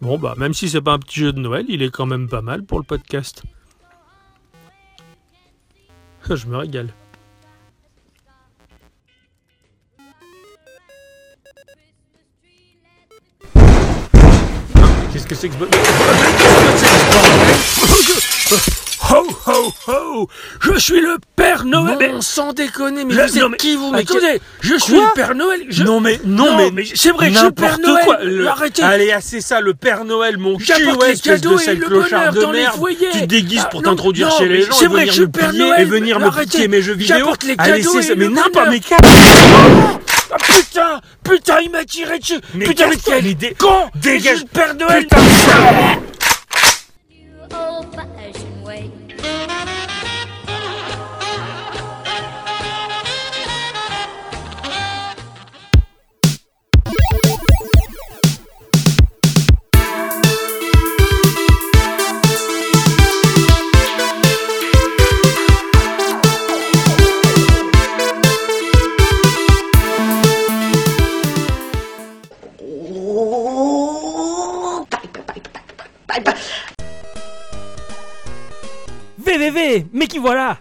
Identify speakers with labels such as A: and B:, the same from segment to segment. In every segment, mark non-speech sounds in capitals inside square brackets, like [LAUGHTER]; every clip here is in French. A: Bon, bah, même si c'est pas un petit jeu de Noël, il est quand même pas mal pour le podcast. [LAUGHS] Je me régale. Ah, Qu'est-ce que c'est que ce [LAUGHS] bordel
B: Ho ho ho Je suis le Père Noël mais-
A: Non, sans déconner, mais
B: Je-
A: vous êtes
B: non, mais-
A: qui vous mais
B: attendez,
A: Je suis
B: quoi
A: le Père Noël je-
B: Non mais non,
A: Non,
B: mais,
A: mais c'est vrai que je suis le Père
B: n'importe
A: Noël.
B: quoi. Le-
A: Arrêtez.
B: Allez assez ça le Père Noël mon cul
A: J'apporte
B: ouais,
A: les
B: espèce de
A: cadeaux et
B: sale
A: le
B: clochard
A: bonheur
B: de
A: dans les
B: merde.
A: foyers.
B: Tu te déguises
A: Ah,
B: pour
A: non,
B: t'introduire
A: non,
B: chez
A: mais
B: les gens
A: c'est
B: et
A: vrai que je
B: venir
A: suis
B: me
A: le Père
B: piller
A: Noël,
B: et venir
A: mais
B: me
A: arrêtez.
B: piquer mes jeux vidéo.
A: J'apporte les
B: Allez,
A: cadeaux
B: c'est
A: et
B: ça.
A: le
B: mais n'importe
A: bonheur.
B: mais
A: Ah, putain Putain, il m'a tiré dessus
B: Mais
A: Putain, mais
B: casse-toi,
A: quel
B: mais dé-
A: con
B: dégage.
A: Je suis le Père Noël
B: Putain,
C: new old-fashioned way.
D: VVV, mais qui voilà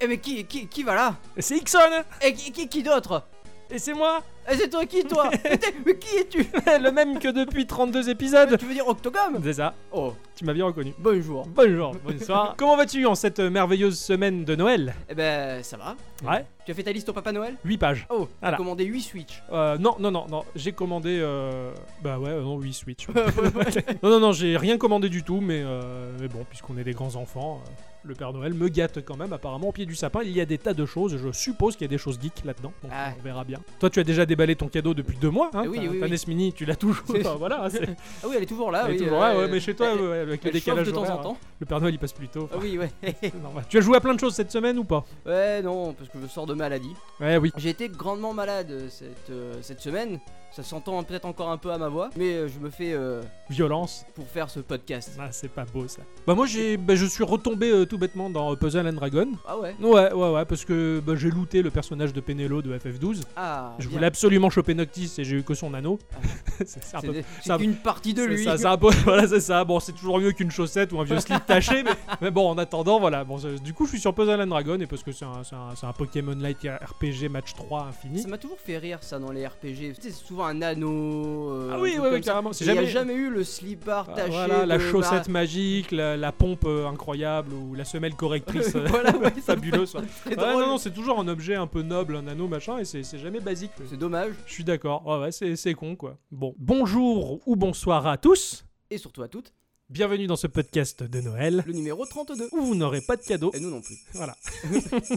E: Eh mais qui, qui, qui va là
D: C'est Ixon
E: Et qui, qui, qui d'autre
D: Et c'est
A: [LAUGHS]
D: moi
E: Eh c'est toi
D: [LAUGHS]
E: qui toi Mais t'es- Mais qui es-tu
D: Le même que depuis 32 épisodes
E: Tu veux dire Octogame
D: C'est ça,
E: Oh,
D: tu m'as bien reconnu.
E: bonjour.
D: Bonjour, bonsoir. Comment vas-tu en cette euh, merveilleuse semaine de Noël
E: Eh ben ça va
D: Ouais,
E: Tu as fait ta liste au Papa Noël
D: 8 pages.
E: Oh, t'as
D: Voilà.
E: commandé 8 Switch.
D: Euh, non, non, non, non, j'ai commandé. euh, Bah ouais, euh, non, oui, Switch.
E: [LAUGHS] Ouais, ouais.
D: [LAUGHS] non, non, non, j'ai rien commandé du tout, mais, euh, mais bon, puisqu'on est des grands enfants, euh, le Père Noël me gâte quand même. Apparemment, au pied du sapin, il y a des tas de choses. Je suppose qu'il y a des choses geeks là-dedans. Donc,
E: Ah.
D: on verra bien. Toi, tu as déjà déballé ton cadeau depuis deux mois. Hein
E: Eh oui,
D: Ta-
E: oui,
D: ta
E: oui.
D: Nesmini, tu l'as toujours.
E: C'est-
D: Enfin, voilà, c'est
E: ah oui, elle est toujours là.
D: elle est
E: oui,
D: toujours
E: euh,
D: là, ouais, mais chez toi,
E: elle-
D: ouais, avec le
E: elle chauffe
D: décalage
E: de temps
D: horaire, hein.
E: en temps.
D: Le Père Noël, il passe plus tôt.
E: Ah oui, ouais.
D: C'est normal. Tu as joué à plein de choses cette semaine ou pas
E: ouais, non, parce que je sors de maladie.
D: Ouais, oui.
E: J'ai été grandement malade euh, cette, euh, cette semaine. Ça s'entend peut-être encore un peu à ma voix, mais euh, je me fais euh,
D: Violence.
E: pour faire ce podcast.
D: Ah, c'est pas beau ça. Bah, moi, j'ai, bah, je suis retombé euh, tout bêtement dans euh, Puzzle and Dragon.
E: Ah ouais.
D: Ouais, ouais, ouais, parce que bah, j'ai looté le personnage de Pénélo de FF12.
E: Ah.
D: Je
E: bien.
D: voulais absolument choper Noctis et j'ai eu que son anneau.
E: Ah.
D: [LAUGHS] c'est c'est un peu.
E: C'est
D: ça-
E: c'est qu'une partie de
D: c'est
E: lui.
D: ça, c'est un peu- [LAUGHS] voilà, c'est ça. Bon, c'est toujours mieux qu'une chaussette ou un vieux slip taché, mais, mais bon, en attendant, voilà. Bon, c'est- du coup, je suis sur Puzzle and Dragon et parce que c'est un, c'est un- c'est un Pokémon Light RPG match 3 infini.
E: Ça m'a toujours fait rire ça dans les RPG. Tu sais, C'est souvent un anneau. euh,
D: Ah
E: un
D: oui,
E: truc
D: ouais,
E: comme
D: ouais,
E: ça.
D: carrément. C'est
E: Et Il n'y a
D: jamais.
E: jamais eu le slipper
D: Ah,
E: taché.
D: voilà, la
E: de-
D: chaussette magique, la, la pompe euh, incroyable ou la semelle correctrice euh,
E: [LAUGHS] Voilà, ouais, ça
D: [LAUGHS]
E: me [LAUGHS]
D: fabuleuse. ouais.
E: fait très
D: Ouais,
E: drôle.
D: non, non, c'est toujours un objet un peu noble, un anneau, machin, et c'est c'est jamais basique.
E: C'est dommage.
D: Je suis d'accord. Ouais, ouais, c'est c'est con, quoi. Bon. Bonjour ou bonsoir à tous.
E: Et surtout à toutes,
D: Bienvenue dans ce podcast de Noël
E: le numéro 32.
D: où vous n'aurez pas de
E: [LAUGHS]
D: cadeau.
E: Et nous
D: [LAUGHS]
E: non plus.
D: Voilà.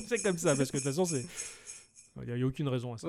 D: c'est comme ça, parce que de toute façon, c'est. Il n'y a, aucune raison à ça.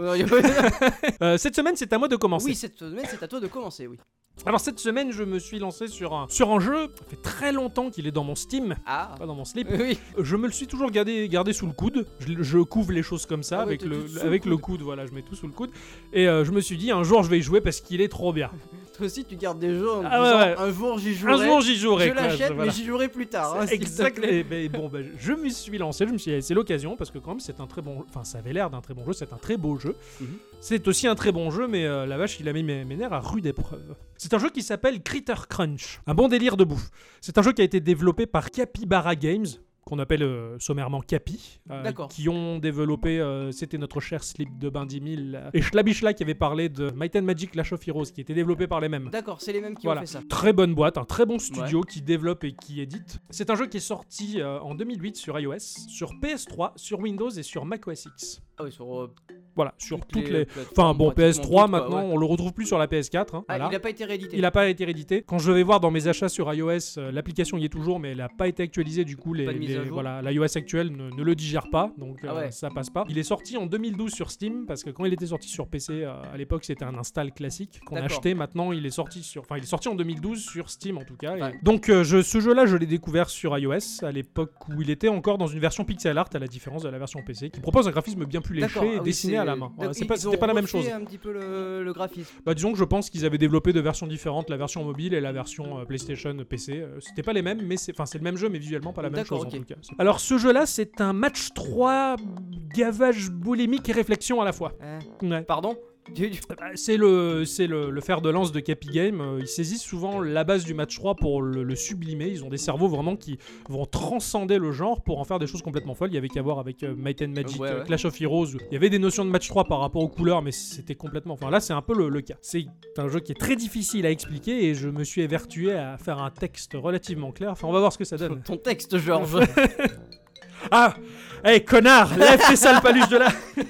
D: Euh, cette semaine, c'est à moi de commencer.
E: [LAUGHS] oui, cette semaine, c'est à toi de commencer, oui.
D: Alors, cette semaine, je me suis lancé sur un, sur un jeu. Ça fait très longtemps qu'il est dans mon Steam,
E: Ah.
D: pas dans mon slip.
E: [LAUGHS] Oui.
D: Je me le suis toujours gardé, gardé sous le coude. Je, je couvre les choses comme ça
E: Ah ouais,
D: avec,
E: t'es
D: le,
E: tout sous le
D: avec le
E: coude.
D: coude. Voilà, je mets tout sous le coude. Et euh, je me suis dit, un jour, je vais y jouer parce qu'il est trop bien.
E: Toi aussi, tu gardes des jeux en
D: Ah
E: disant,
D: ouais, ouais.
E: un jour j'y jouerai.
D: Un jour, j'y jouerai.
E: je
D: quoi,
E: l'achète,
D: voilà.
E: mais j'y jouerai plus tard. hein, s'il te
D: Exactement.
E: plaît.
D: Et ben, bon, ben, je me suis lancé, je me suis dit, allez, c'est l'occasion parce que quand même c'est un très bon, enfin ça avait l'air d'un très bon jeu, c'est un très beau jeu.
E: Mhm.
D: C'est aussi un très bon jeu, mais euh, la vache, il a mis mes, mes nerfs à rude épreuve. C'est un jeu qui s'appelle Critter Crunch, un bon délire de bouffe. C'est un jeu qui a été développé par Capybara Games qu'on appelle euh, sommairement Capi, euh,
E: D'accord.
D: qui ont développé, euh, c'était notre cher Slip de Bain 10 000, euh, et Schlabischla qui avait parlé de Might and Magic Clash of Heroes, qui était développé par les mêmes.
E: D'accord, c'est les mêmes qui
D: Voilà.
E: ont fait ça.
D: Très bonne boîte, un très bon studio qui développe et qui édite. C'est un jeu qui est sorti euh, en 2008 sur iOS, sur PS3, sur Windows et sur macOS X.
E: Ah oui, sur, euh,
D: Voilà, sur toutes, les...
E: plateformes,
D: Enfin bon,
E: pratiquement
D: PS3
E: toutes, quoi,
D: maintenant,
E: ouais.
D: on le retrouve plus sur la PS4. hein,
E: Ah,
D: voilà.
E: il a pas été réédité.
D: Il n'a pas été réédité. Quand je vais voir dans mes achats sur iOS, euh, l'application y est toujours, mais elle n'a pas été actualisée. Du coup, les,
E: Pas de mise à
D: les-
E: jour.
D: voilà, l'iOS actuel ne, ne le digère pas, donc euh,
E: Ah ouais.
D: ça passe pas. Il est sorti en 2012 sur Steam parce que quand il était sorti sur PC, euh, à l'époque, c'était un install classique qu'on
E: D'accord.
D: achetait. Maintenant, il est sorti sur, enfin, il est sorti en 2012 sur Steam en tout cas. Et
E: Ouais.
D: Donc, euh, je- ce jeu-là, je l'ai découvert sur iOS à l'époque où il était encore dans une version pixel art, à la différence de la version PC, qui propose un graphisme bien plus léché
E: D'accord, ah
D: et
E: oui,
D: dessiné
E: c'est-
D: à la main. Voilà, c'est pas- C'était pas la même chose.
E: un petit peu le, le graphisme.
D: Bah disons que je pense qu'ils avaient développé deux versions différentes, la version mobile et la version euh, PlayStation PC. Euh, C'était pas les mêmes, mais c'est enfin c'est le même jeu, mais visuellement pas la même
E: D'accord,
D: chose en
E: ok.
D: tout cas. Alors ce jeu-là, c'est un match 3 gavage boulimique et réflexion à la fois.
E: Hein.
D: Ouais.
E: Pardon [LAUGHS] Du-
D: [LAUGHS]
E: du-
D: Bah, C'est le, c'est le, le fer de lance de Cappy Game. Euh, Ils saisissent souvent la base du match 3 pour le, le sublimer. Ils ont des cerveaux vraiment qui vont transcender le genre pour en faire des choses complètement folles. Il y avait qu'à voir avec euh, Might and Magic,
E: Ouais,
D: euh,
E: ouais.
D: Clash of Heroes. Il y avait des notions de match 3 par rapport aux couleurs, mais c'était complètement. Enfin là, c'est un peu le, le cas. C'est un jeu qui est très difficile à expliquer et je me suis évertué à faire un texte relativement clair. Enfin, on va voir ce que ça donne.
E: Ton texte, Georges.
D: Ah Hey connard Lève tes sales paluches de là [LAUGHS]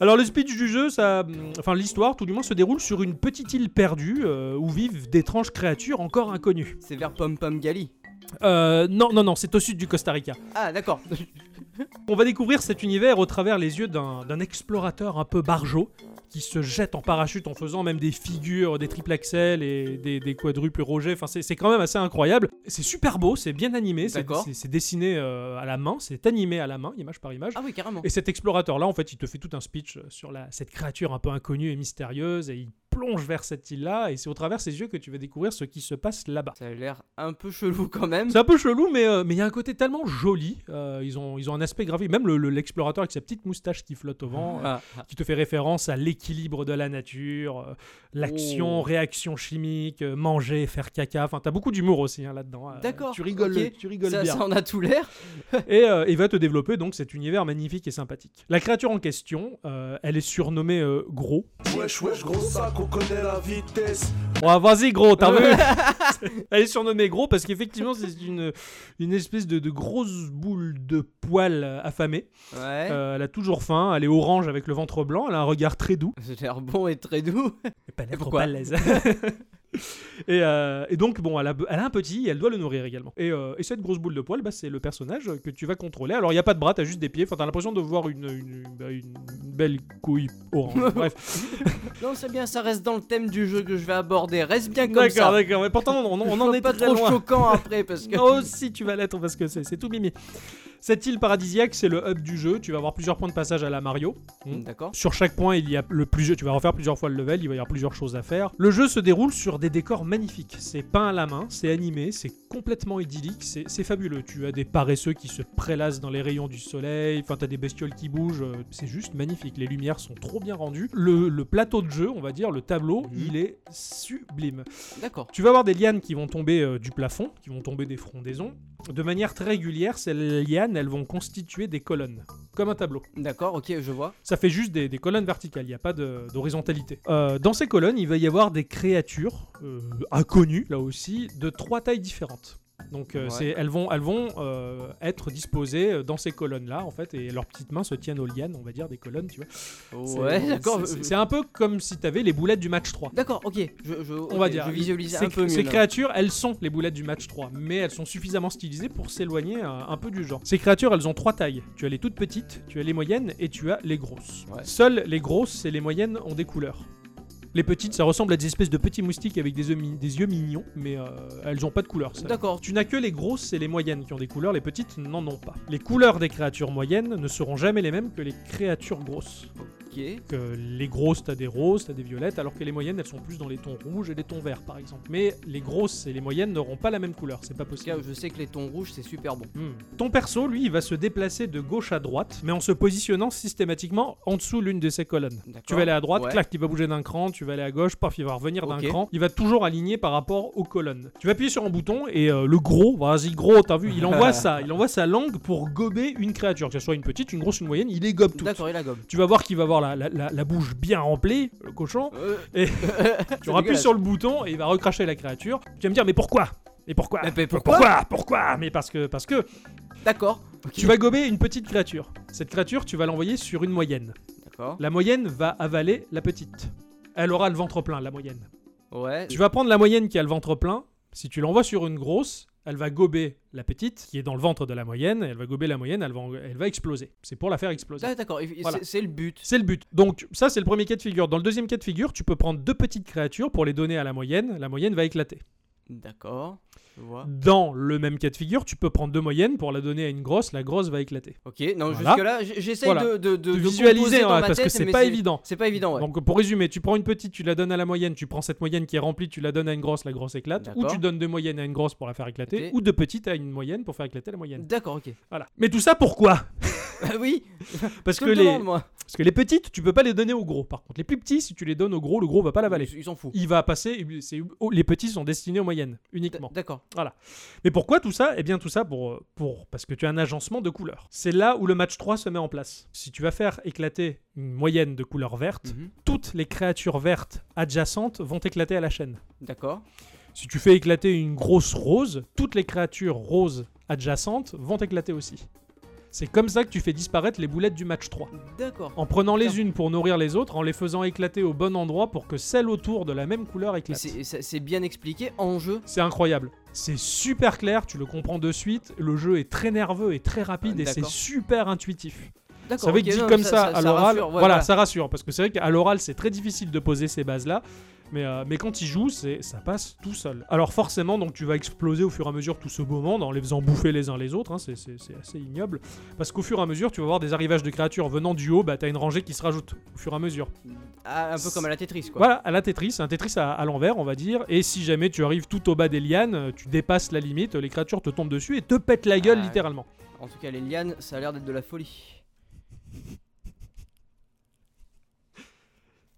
D: Alors le speech du jeu, ça, enfin l'histoire tout du moins se déroule sur une petite île perdue euh, où vivent d'étranges créatures encore inconnues.
E: c'est vers Pom Pom Gali.
D: Euh, non, non, non, c'est au sud du Costa Rica.
E: Ah, d'accord.
D: On va découvrir cet univers au travers les yeux d'un d'un explorateur un peu barjot qui se jette en parachute en faisant même des figures, des triple axel et des, des quadruples rogets. Enfin, c'est c'est quand même assez incroyable. C'est super beau, c'est bien animé, c'est
E: D'accord.
D: c'est- c'est dessiné euh, à la main, c'est animé à la main, image par image.
E: Ah oui, carrément.
D: Et cet explorateur-là, en fait, il te fait tout un speech euh, sur la, cette créature un peu inconnue et mystérieuse, et il plonge vers cette île-là, et c'est au travers de ses yeux que tu vas découvrir ce qui se passe là-bas.
E: Ça a l'air un peu chelou quand même.
D: C'est un peu chelou, mais euh, mais il y a un côté tellement joli. euh, ils, ont, ils ont un aspect gravé. Même le- le- l'explorateur avec sa petite moustache qui flotte au vent, euh,
E: Ah, ah.
D: qui te fait référence à l'équilibre de la nature, euh, l'action,
E: Oh.
D: réaction chimique, euh, manger, faire caca. Enfin, t'as beaucoup d'humour aussi hein, là-dedans. euh,
E: D'accord,
D: Tu rigoles,
E: ok.
D: tu rigoles
E: ça,
D: bien.
E: ça en a tout l'air.
D: et, euh, et va te développer donc cet univers magnifique et sympathique. La créature en question, euh, elle est surnommée euh, Gros.
F: Wesh, wesh, gros sac, on connaît la vitesse.
D: Oh, vas-y Gros, t'as vu [LAUGHS] Elle est surnommée Gros parce qu'effectivement c'est une, une espèce de, de grosse boule de poils euh, affamée.
E: Ouais.
D: Euh, elle a toujours faim, elle est orange avec le ventre blanc, elle a un regard très doux.
E: Ça a l'air bon et très doux.
D: Mais pas l'air
E: Et
D: trop
E: pourquoi
D: à l'aise. [LAUGHS] Et, euh, et donc, bon, elle a, be- elle a un petit, et elle doit le nourrir également. Et, euh, et cette grosse boule de poil, bah, c'est le personnage que tu vas contrôler. Alors, il n'y a pas de bras, t'as juste des pieds. Enfin, t'as l'impression de voir une, une- bah, une belle couille
E: [LAUGHS]
D: orange. Bref.
E: Non, c'est bien, ça reste dans le thème du jeu que je vais aborder. Reste bien comme ça.
D: D'accord, d'accord. Mais pourtant, on, on- on en
E: Sois
D: est
E: pas
D: très
E: trop
D: loin.
E: choquant après parce
D: [LAUGHS]
E: que.
D: Oh, si tu vas l'être parce que c'est c'est tout mimi. Cette île paradisiaque, c'est le hub du jeu. Tu vas avoir plusieurs points de passage à la Mario.
E: Hmm, D'accord.
D: Sur chaque point, il y a le plusieurs. Tu vas refaire plusieurs fois le level. Il va y avoir plusieurs choses à faire. Le jeu se déroule sur des décors magnifiques. C'est peint à la main, c'est animé, c'est complètement idyllique, c'est c'est fabuleux. Tu as des paresseux qui se prélassent dans les rayons du soleil. Enfin, t'as des bestioles qui bougent. euh, C'est juste magnifique. Les lumières sont trop bien rendues. Le, le plateau de jeu, on va dire, le tableau,
E: Mhm.
D: il est sublime.
E: D'accord.
D: Tu vas avoir des lianes qui vont tomber euh, du plafond, qui vont tomber des frondaisons. De manière très régulière, ces lianes, elles vont constituer des colonnes, comme un tableau.
E: D'accord, ok, je vois.
D: Ça fait juste des, des colonnes verticales, il n'y a pas de- d'horizontalité. Euh, dans ces colonnes, il va y avoir des créatures euh, inconnues, là aussi, de trois tailles différentes. Donc euh,
E: Ouais.
D: c'est- elles vont, elles vont euh, être disposées euh, dans ces colonnes-là, en fait, et leurs petites mains se tiennent aux lianes, on va dire, des colonnes, tu vois. C'est- euh,
E: Ouais, d'accord.
D: c'est-
E: je-
D: C'est un peu comme si tu avais les boulettes du match 3.
E: D'accord, ok. Je, je,
D: On va dire.
E: Je visualise
D: Ces-
E: un peu mieux.
D: Ces
E: là.
D: créatures, elles sont les boulettes du match 3, mais elles sont suffisamment stylisées pour s'éloigner euh, un, peu du genre. Ces créatures, elles ont trois tailles. Tu as les toutes petites, tu as les moyennes et tu as les grosses.
E: Ouais.
D: Seules les grosses et les moyennes ont des couleurs. Les petites, ça ressemble à des espèces de petits moustiques avec des yeux, mi- des yeux mignons, mais euh, elles ont pas de couleur. ça.
E: D'accord.
D: Tu n'as que les grosses et les moyennes qui ont des couleurs, les petites n'en ont pas. Les couleurs des créatures moyennes ne seront jamais les mêmes que les créatures grosses.
E: Ok.
D: Donc, euh, les grosses, t'as des roses, t'as des violettes, alors que les moyennes, elles sont plus dans les tons rouges et les tons verts, par exemple. Mais les grosses et les moyennes n'auront pas la même couleur, c'est pas
E: En tout cas,
D: possible.
E: je sais que les tons rouges, c'est super bon.
D: Hmm. Ton perso, lui, il va se déplacer de gauche à droite, mais en se positionnant systématiquement en dessous l'une de ses colonnes.
E: D'accord.
D: Tu vas aller à droite,
E: Oh, Ouais.
D: clac, il va bouger d'un cran, tu vas aller à gauche, paf, il va revenir d'un
E: Ok.
D: cran. Il va toujours aligner par rapport aux colonnes. Tu vas appuyer sur un bouton et euh, le gros, vas-y gros, t'as vu, il
E: [LAUGHS]
D: envoie ça, il envoie sa langue pour gober une créature, que ce soit une petite, une grosse, une moyenne, il les gobe toutes.
E: D'accord, il la gomme.
D: Tu vas voir qu'il va avoir la, la- la- la bouche bien remplie, le cochon.
E: Euh, [LAUGHS]
D: Et-
E: c'est
D: Tu appuies
E: dégueulasse.
D: sur le bouton et il va recracher la créature. Tu vas me dire, mais pourquoi Et pourquoi
E: Mais- mais pourquoi
D: Pourquoi Pourquoi Mais parce que, parce que
E: D'accord.
D: tu vas gober une petite créature. Cette créature, tu vas l'envoyer sur une moyenne.
E: D'accord.
D: La moyenne va avaler la petite. Elle aura le ventre plein, la moyenne.
E: Ouais.
D: Tu vas prendre la moyenne qui a le ventre plein. Si tu l'envoies sur une grosse, elle va gober la petite qui est dans le ventre de la moyenne. Elle va gober la moyenne, elle va, elle va exploser. C'est pour la faire exploser.
E: Ah, D'accord, et- et
D: Voilà.
E: c'est- c'est le but.
D: C'est le but. Donc ça, c'est le premier cas de figure. Dans le deuxième cas de figure, tu peux prendre deux petites créatures pour les donner à la moyenne. La moyenne va éclater.
E: D'accord, je vois.
D: Dans le même cas de figure, tu peux prendre deux moyennes pour la donner à une grosse, la grosse va éclater.
E: Ok, non,
D: Voilà.
E: jusque-là, j- j'essaye
D: Voilà.
E: de, de, de,
D: De
E: de
D: visualiser,
E: composer dans
D: hein,
E: ma
D: parce que
E: tête,
D: c'est
E: mais
D: pas évident.
E: C'est pas évident, ouais.
D: Donc pour résumer, tu prends une petite, tu la donnes à la moyenne, tu prends cette moyenne qui est remplie, tu la donnes à une grosse, la grosse éclate, ou
E: D'accord.
D: tu donnes deux moyennes à une grosse pour la faire éclater,
E: Ok.
D: ou deux petites à une moyenne pour faire éclater la moyenne.
E: D'accord, ok. [LAUGHS]
D: Voilà. Mais tout ça pourquoi
E: Bah oui,
D: Parce
E: je
D: que
E: me le
D: les
E: demande, moi.
D: parce que les petites, tu peux pas les donner aux gros. Par contre, les plus petits, si tu les donnes aux gros, le gros va pas l'avaler.
E: Ils s'en foutent.
D: Il va passer. c'est- oh, les petits sont destinés aux moyennes uniquement.
E: D'accord.
D: Mais pourquoi tout ça Eh bien tout ça pour, pour parce que tu as un agencement de couleurs. C'est là où le match 3 se met en place. Si tu vas faire éclater une moyenne de couleur verte,
E: Mhm.
D: toutes les créatures vertes adjacentes vont éclater à la chaîne.
E: D'accord.
D: Si tu fais éclater une grosse rose, toutes les créatures roses adjacentes vont éclater aussi. C'est comme ça que tu fais disparaître les boulettes du match 3.
E: D'accord.
D: En prenant les unes pour nourrir les autres, en les faisant éclater au bon endroit pour que celles autour de la même couleur
E: Mais
D: éclatent.
E: c'est- C'est c'est bien expliqué en jeu.
D: C'est incroyable. C'est super clair, tu le comprends de suite. Le jeu est très nerveux et très rapide
E: Ah,
D: et c'est
E: d'accord.
D: super intuitif.
E: D'accord.
D: Ça veut
E: ok,
D: dire
E: non,
D: comme ça, à l'oral,
E: rassure, ouais,
D: voilà, ça rassure parce que c'est vrai qu'à l'oral c'est très difficile de poser ces bases là, mais, euh, mais quand il joue, c'est ça passe tout seul. Alors forcément, donc tu vas exploser au fur et à mesure tout ce beau monde en les faisant bouffer les uns les autres, hein, c'est- c'est c'est assez ignoble, parce qu'au fur et à mesure tu vas voir des arrivages de créatures venant du haut, bah t'as une rangée qui se rajoute au fur et à mesure.
E: Ah, un peu comme à la Tetris, quoi.
D: Voilà, à la Tetris, un Tetris à, à l'envers, on va dire. Et si jamais tu arrives tout au bas des lianes, euh, tu dépasses la limite, les créatures te tombent dessus et te pètent la gueule
E: Ah,
D: littéralement.
E: En tout cas, les lianes, ça a l'air d'être de la folie.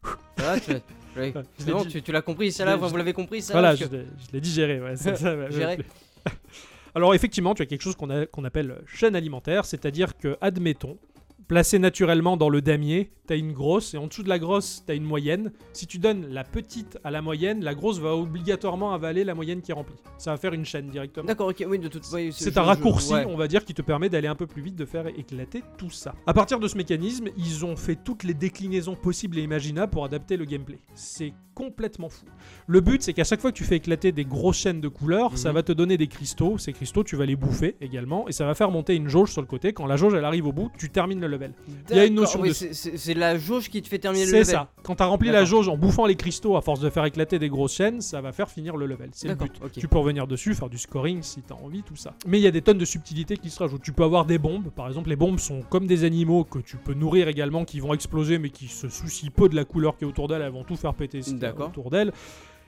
E: Ça va,
D: [LAUGHS]
E: tu, ouais.
D: Je l'ai
E: C'est bon,
D: dit.
E: tu, tu l'as compris, ça
D: Je l'ai-
E: là,
D: je
E: vous l'avez compris, ça
D: Voilà,
E: là,
D: je
E: parce que-
D: l'ai je l'ai digéré. ouais,
E: [LAUGHS]
D: c'est ça, ouais,
E: Géré.
D: ouais. [LAUGHS] Alors effectivement, tu as quelque chose qu'on a- qu'on appelle chaîne alimentaire, c'est-à-dire que, admettons, placé naturellement dans le damier, t'as une grosse, et en dessous de la grosse, t'as une moyenne. Si tu donnes la petite à la moyenne, la grosse va obligatoirement avaler la moyenne qui est remplie. Ça va faire une chaîne directement.
E: D'accord, ok, oui, de toute façon.
D: C'est un raccourci, on va dire, qui te permet d'aller un peu plus vite, de faire éclater tout ça. À partir de ce mécanisme, ils ont fait toutes les déclinaisons possibles et imaginables pour adapter le gameplay. C'est complètement fou. Le but, c'est qu'à chaque fois que tu fais éclater des grosses chaînes de couleurs, ça
E: Mhm.
D: va te donner des cristaux. Ces cristaux, tu vas les bouffer également, et ça va faire monter une jauge sur le côté. Quand la jauge, elle arrive au bout, tu termines le level. il y a une notion de-
E: C'est c'est la jauge qui te fait terminer le
D: C'est
E: level.
D: ça. Quand t'as rempli la
E: D'accord.
D: jauge en bouffant les cristaux à force de faire éclater des grosses chaînes, ça va faire finir le level. C'est le
E: D'accord,
D: but.
E: ok.
D: Tu peux revenir dessus, faire du scoring si t'as envie, tout ça. Mais il y a des tonnes de subtilités qui se rajoutent. Tu peux avoir des bombes, par exemple, les bombes sont comme des animaux que tu peux nourrir également, qui vont exploser, mais qui se soucient peu de la couleur qui est autour d'elles, elles vont tout faire péter ce qu'il y a
E: D'accord.
D: autour d'elles.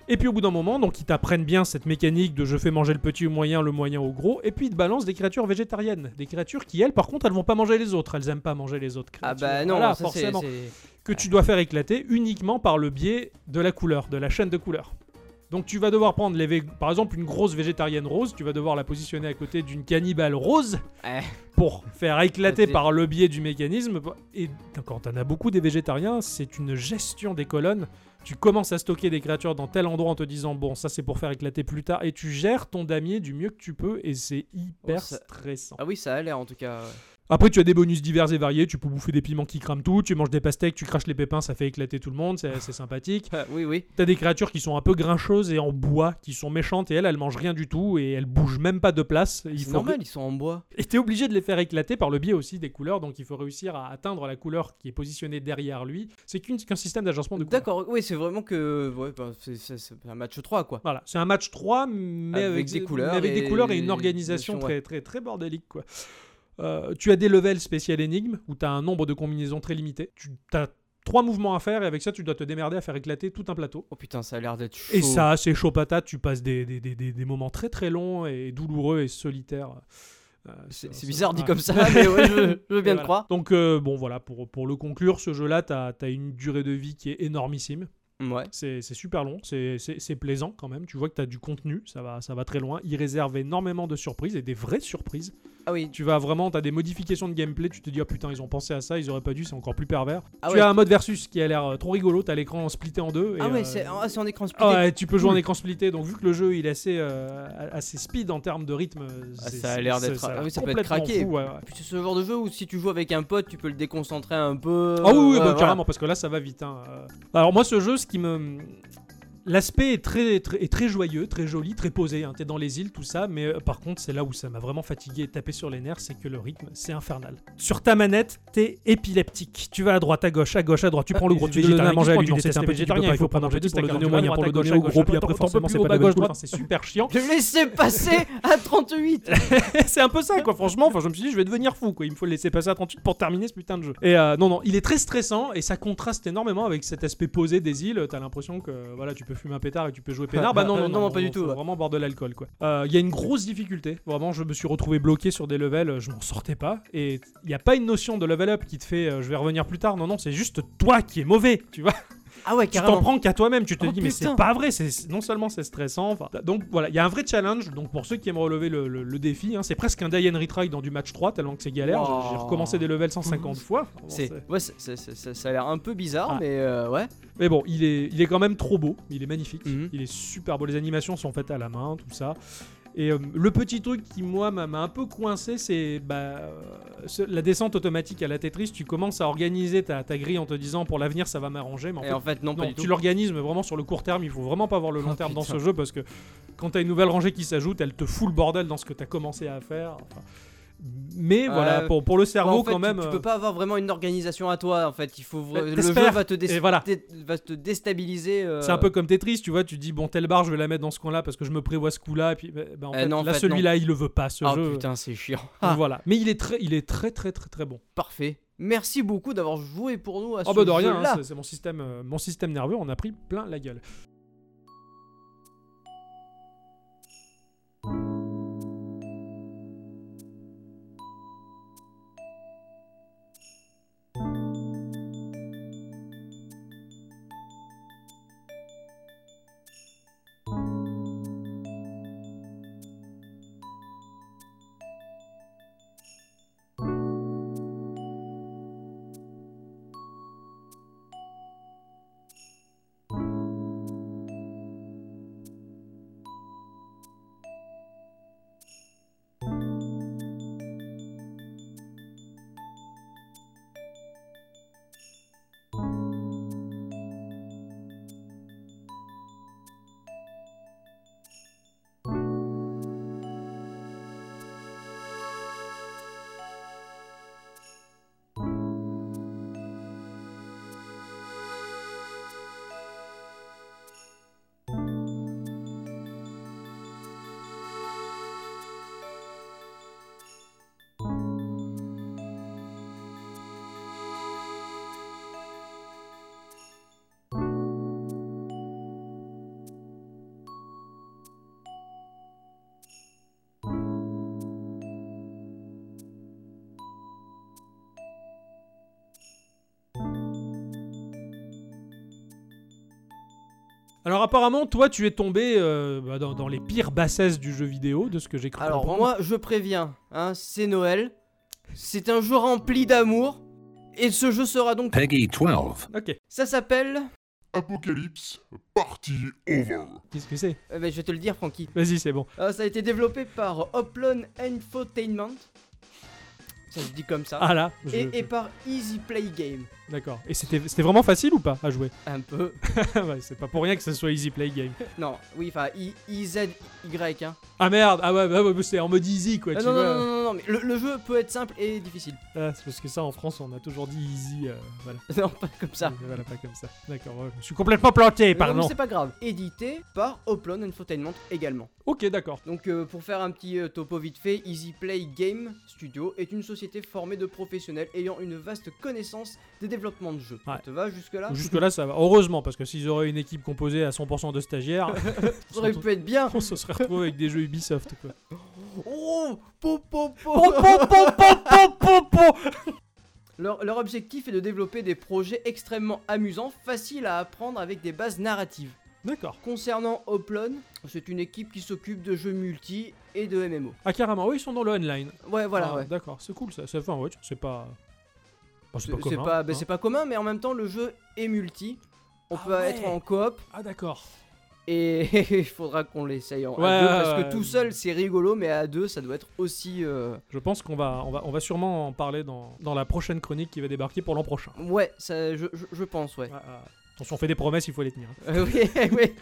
D: Et puis au bout d'un moment, donc ils t'apprennent bien cette mécanique de je fais manger le petit au moyen, le moyen au gros, et puis ils te balancent des créatures végétariennes, des créatures qui elles, par contre, elles vont pas manger les autres, elles aiment pas manger les autres créatures.
E: Ah bah non,
D: Voilà,
E: ça, c'est-
D: forcément
E: c'est-
D: que tu dois faire éclater uniquement par le biais de la couleur, de la chaîne de couleurs. Donc tu vas devoir prendre les vég- par exemple une grosse végétarienne rose, tu vas devoir la positionner à côté d'une cannibale rose
E: Eh.
D: pour faire éclater
E: Vas-y.
D: par le biais du mécanisme. Et quand t'en as beaucoup des végétariens, c'est une gestion des colonnes. Tu commences à stocker des créatures dans tel endroit en te disant bon ça c'est pour faire éclater plus tard et tu gères ton damier du mieux que tu peux et c'est hyper
E: Oh, ça-
D: stressant.
E: Ah oui, ça a l'air en tout cas.
D: [LAUGHS]
E: ouais.
D: Après, tu as des bonus divers et variés. Tu peux bouffer des piments qui crament tout. Tu manges des pastèques, tu craches les pépins, ça fait éclater tout le monde. C'est c'est sympathique.
E: Ah, oui, oui.
D: T'as des créatures qui sont un peu grincheuses et en bois, qui sont méchantes et elles, elles mangent rien du tout et elles bougent même pas de place. Il
E: C'est
D: faut
E: normal, ils sont en bois.
D: Et t'es obligé de les faire éclater par le biais aussi des couleurs. Donc il faut réussir à atteindre la couleur qui est positionnée derrière lui. C'est qu'une- qu'un système d'agencement de couleurs.
E: D'accord, oui, c'est vraiment que. Ouais, bah, c'est- c'est c'est un match 3, quoi.
D: Voilà, c'est un match 3, mais avec,
E: Avec des couleurs
D: mais avec des
E: et-
D: couleurs et une
E: et-
D: organisation
E: ouais.
D: très, très, très bordélique. Quoi. Euh, tu as des levels spécial énigmes où tu as un nombre de combinaisons très limité. Tu as trois mouvements à faire et avec ça, tu dois te démerder à faire éclater tout un plateau.
E: Oh putain, ça a l'air d'être chaud.
D: Et ça, c'est chaud patate, tu passes des, des, des, des- des moments très très longs et douloureux et solitaires. Euh,
E: C'est
D: ça-
E: c'est
D: ça-
E: bizarre dit
D: voilà.
E: comme ça, mais ouais, je, je
D: Et
E: veux bien le
D: voilà.
E: croire.
D: Donc, euh, bon, voilà, pour, pour le conclure, ce jeu-là, tu as, une durée de vie qui est énormissime.
E: Ouais.
D: C'est c'est super long, c'est- c'est c'est plaisant quand même. Tu vois que tu as du contenu, ça va, ça va très loin. Il réserve énormément de surprises et des vraies surprises.
E: Ah oui,
D: Tu vas vraiment, tu as des modifications de gameplay, tu te dis, ah putain, ils ont pensé à ça, ils auraient pas dû, c'est encore plus pervers.
E: Ah
D: tu
E: ouais.
D: as un mode versus qui a l'air euh, trop rigolo, tu as l'écran splitté en deux. et,
E: Ah ouais,
D: euh,
E: c'est ah, c'est en écran splitté.
D: ah ouais, tu peux jouer en
E: Cool.
D: écran splitté, donc vu que le jeu il est assez, euh, assez speed en termes de rythme,
E: Ah,
D: c'est-
E: ça a
D: c'est-
E: l'air
D: c'est-
E: d'être- ah oui, ça peut être
D: complètement
E: craqué.
D: fou, ouais, ouais.
E: Puis C'est ce genre de jeu où si tu joues avec un pote, tu peux le déconcentrer un peu.
D: Ah oui, oui,
E: ouais,
D: bah,
E: voilà.
D: euh. carrément, parce que là, ça va vite. hein. Euh, Alors moi, ce jeu, ce qui me... L'aspect est très, très, est très joyeux, très joli, très posé. hein. T'es dans les îles, tout ça, mais euh, par contre, c'est là où ça m'a vraiment fatigué et tapé sur les nerfs, c'est que le rythme, c'est infernal. Sur ta manette, t'es épileptique. Tu vas à droite, à gauche, à gauche, à droite, tu prends le gros, Euh, tu donnes à manger à lui, non, c'est un petit peu pas, il faut prendre un petit pour le donner au moyen, pour le donner au gros, puis après forcément c'est pas la même chose. Enfin, c'est super chiant.
E: Je laissais passer à 38
D: [LAUGHS] c'est un peu ça, quoi. Franchement, enfin, je me suis dit, je vais devenir fou, quoi. Il me faut le laisser passer à 38 pour terminer ce putain de jeu. Et euh, non, non, il est très stressant et ça contraste énormément avec cet aspect posé des îles. T'as l'impression que voilà, tu peux fumer un pétard et tu peux jouer pénard.
E: [LAUGHS]
D: Bah non, non,
E: Euh, non, pas du tout,
D: faut
E: ouais.
D: Vraiment boire de l'alcool, quoi. Euh, Il y a une grosse difficulté. Vraiment, je me suis retrouvé bloqué sur des levels, euh, je m'en sortais pas. Et il n'y a pas une notion de level up qui te fait, euh, je vais revenir plus tard. Non, non, c'est juste toi qui es mauvais, tu vois.
E: Ah
D: [LAUGHS]
E: ouais,
D: Tu t'en
E: carrément.
D: prends qu'à toi-même, tu te
E: Oh,
D: dis mais
E: putain.
D: c'est pas vrai, c'est non seulement c'est stressant, enfin, donc voilà, il y a un vrai challenge, donc pour ceux qui aiment relever le, le- le défi, hein, c'est presque un die and retry dans du match 3 tellement que c'est galère,
E: Wow.
D: j'ai- j'ai recommencé des levels 150 fois. Enfin, bon,
E: Oh. Mhm. C'est,
D: c'est-
E: ouais, c'est- c'est- c'est- ça- ça a l'air un peu bizarre,
D: Ah.
E: mais euh, ouais.
D: Mais bon, il est, il est quand même trop beau, il est magnifique,
E: Mhm.
D: il est super beau, les animations sont faites à la main, tout ça. Et euh, le petit truc qui, moi, m'a m'a un peu coincé, c'est bah, euh, ce- la descente automatique à la Tetris. Tu commences à organiser ta, ta grille en te disant pour l'avenir, ça va m'arranger. Mais en
E: Et
D: fait,
E: en fait, non, pas
D: Non,
E: du
D: tu
E: tout.
D: l'organises mais vraiment sur le court terme. Il faut vraiment pas voir le long
E: Oh,
D: terme dans ce
E: putain.
D: jeu parce que quand t'as une nouvelle rangée qui s'ajoute, elle te fout le bordel dans ce que t'as commencé à faire. enfin. Mais
E: Ouais,
D: voilà, pour, pour le
E: Bah,
D: cerveau
E: en fait,
D: quand
E: tu-
D: même.
E: Tu,
D: euh,
E: peux pas avoir vraiment une organisation à toi, en fait. Il faut vra-
D: Bah,
E: le jeu
D: t'espères.
E: va te, dé-
D: Et voilà.
E: dé- va te déstabiliser. euh,
D: C'est un peu comme Tetris, tu vois, tu dis bon telle barre je vais la mettre dans ce coin-là parce que je me prévois ce coup-là et puis bah, bah, en
E: Eh
D: fait,
E: non, en
D: là
E: fait,
D: celui-là il le veut pas ce
E: Ah
D: jeu.
E: putain, c'est chiant.
D: Donc
E: Ah,
D: Voilà, mais il est très, il est très très très très bon.
E: parfait. Merci beaucoup d'avoir joué pour nous à ce
D: oh bah de rien,
E: jeu-là.
D: hein, c'est- c'est mon système, euh, mon système nerveux, on a pris plein la gueule. Alors apparemment toi tu es tombé euh, bah, dans, dans les pires bassesses du jeu vidéo de ce que j'ai cru
E: Alors
D: comprendre.
E: moi, je préviens, hein, c'est Noël. C'est un jeu rempli d'amour. Et ce jeu sera donc...
G: Peggy 12.
D: Ok,
E: Ça s'appelle...
H: Apocalypse, party over.
D: qu'est-ce que c'est
E: Euh, ben, je vais te le dire, Francky.
D: Vas-y c'est bon.
E: Euh, ça a été développé par Hoplon Infotainment. Ça se dit comme ça.
D: Ah là, je-
E: et, et par Easy Play Game.
D: d'accord. Et c'était c'était vraiment facile ou pas à jouer [LAUGHS] Ah
E: Un peu. [LAUGHS]
D: Ouais, C'est pas pour rien que ce soit Easy Play Game.
E: Non, oui, enfin, I- IZY. Hein.
D: Ah merde, ah ouais, bah ouais, c'est en mode easy quoi,
E: Ah,
D: tu hein.
E: non, non,
D: vois.
E: non, non, non, non, mais le, le jeu peut être simple et difficile. [LAUGHS]
D: Ah, c'est parce que ça en France on a toujours dit easy, euh, voilà.
E: Non, pas comme ça.
D: Mais Voilà, pas comme ça. D'accord, ouais, je suis complètement planté,
E: Mais non, mais
D: pardon.
E: c'est pas grave. Édité par Hoplon Infotainment également.
D: Ok, d'accord.
E: Donc, euh, pour faire un petit euh, topo vite fait, Easy Play Game Studio est une société formée de professionnels ayant une vaste connaissance des développements de jeux.
D: Ouais.
E: Ça te va jusque-là
D: Jusque là ça va. Heureusement parce que s'ils auraient une équipe composée à 100% de stagiaires,
E: [LAUGHS] Ça aurait pu
D: [LAUGHS]
E: être bien.
D: on se serait retrouvé avec des jeux Ubisoft quoi.
E: Oh, po, po, po.
D: Po, po, po, po, po, po, po.
E: Leur, leur objectif est de développer des projets extrêmement amusants, faciles à apprendre avec des bases narratives.
D: D'accord.
E: Concernant Hoplon, c'est une équipe qui s'occupe de jeux multi et de MMO.
D: Ah carrément, oui, ils sont dans le online.
E: Ouais, voilà,
D: Ah,
E: ouais.
D: D'accord, c'est cool ça. C'est enfin, ouais, c'est pas Bah,
E: C'est
D: c'est pas commun.
E: pas, bah,
D: hein.
E: c'est pas commun, mais en même temps, le jeu est multi. On
D: Ah
E: peut
D: ouais.
E: être en coop
D: Ah d'accord.
E: et [LAUGHS] il faudra qu'on l'essaye en
D: Ouais,
E: à deux
D: ouais,
E: parce
D: ouais.
E: que tout seul c'est rigolo, mais à deux ça doit être aussi. euh,
D: Je pense qu'on va, on va, on va sûrement en parler dans, dans la prochaine chronique qui va débarquer pour l'an prochain.
E: Ouais, ça, je, je- je pense, ouais.
D: Ah, ah. Quand on fait des promesses, il faut les tenir. hein.
E: Euh, [LAUGHS] oui, oui.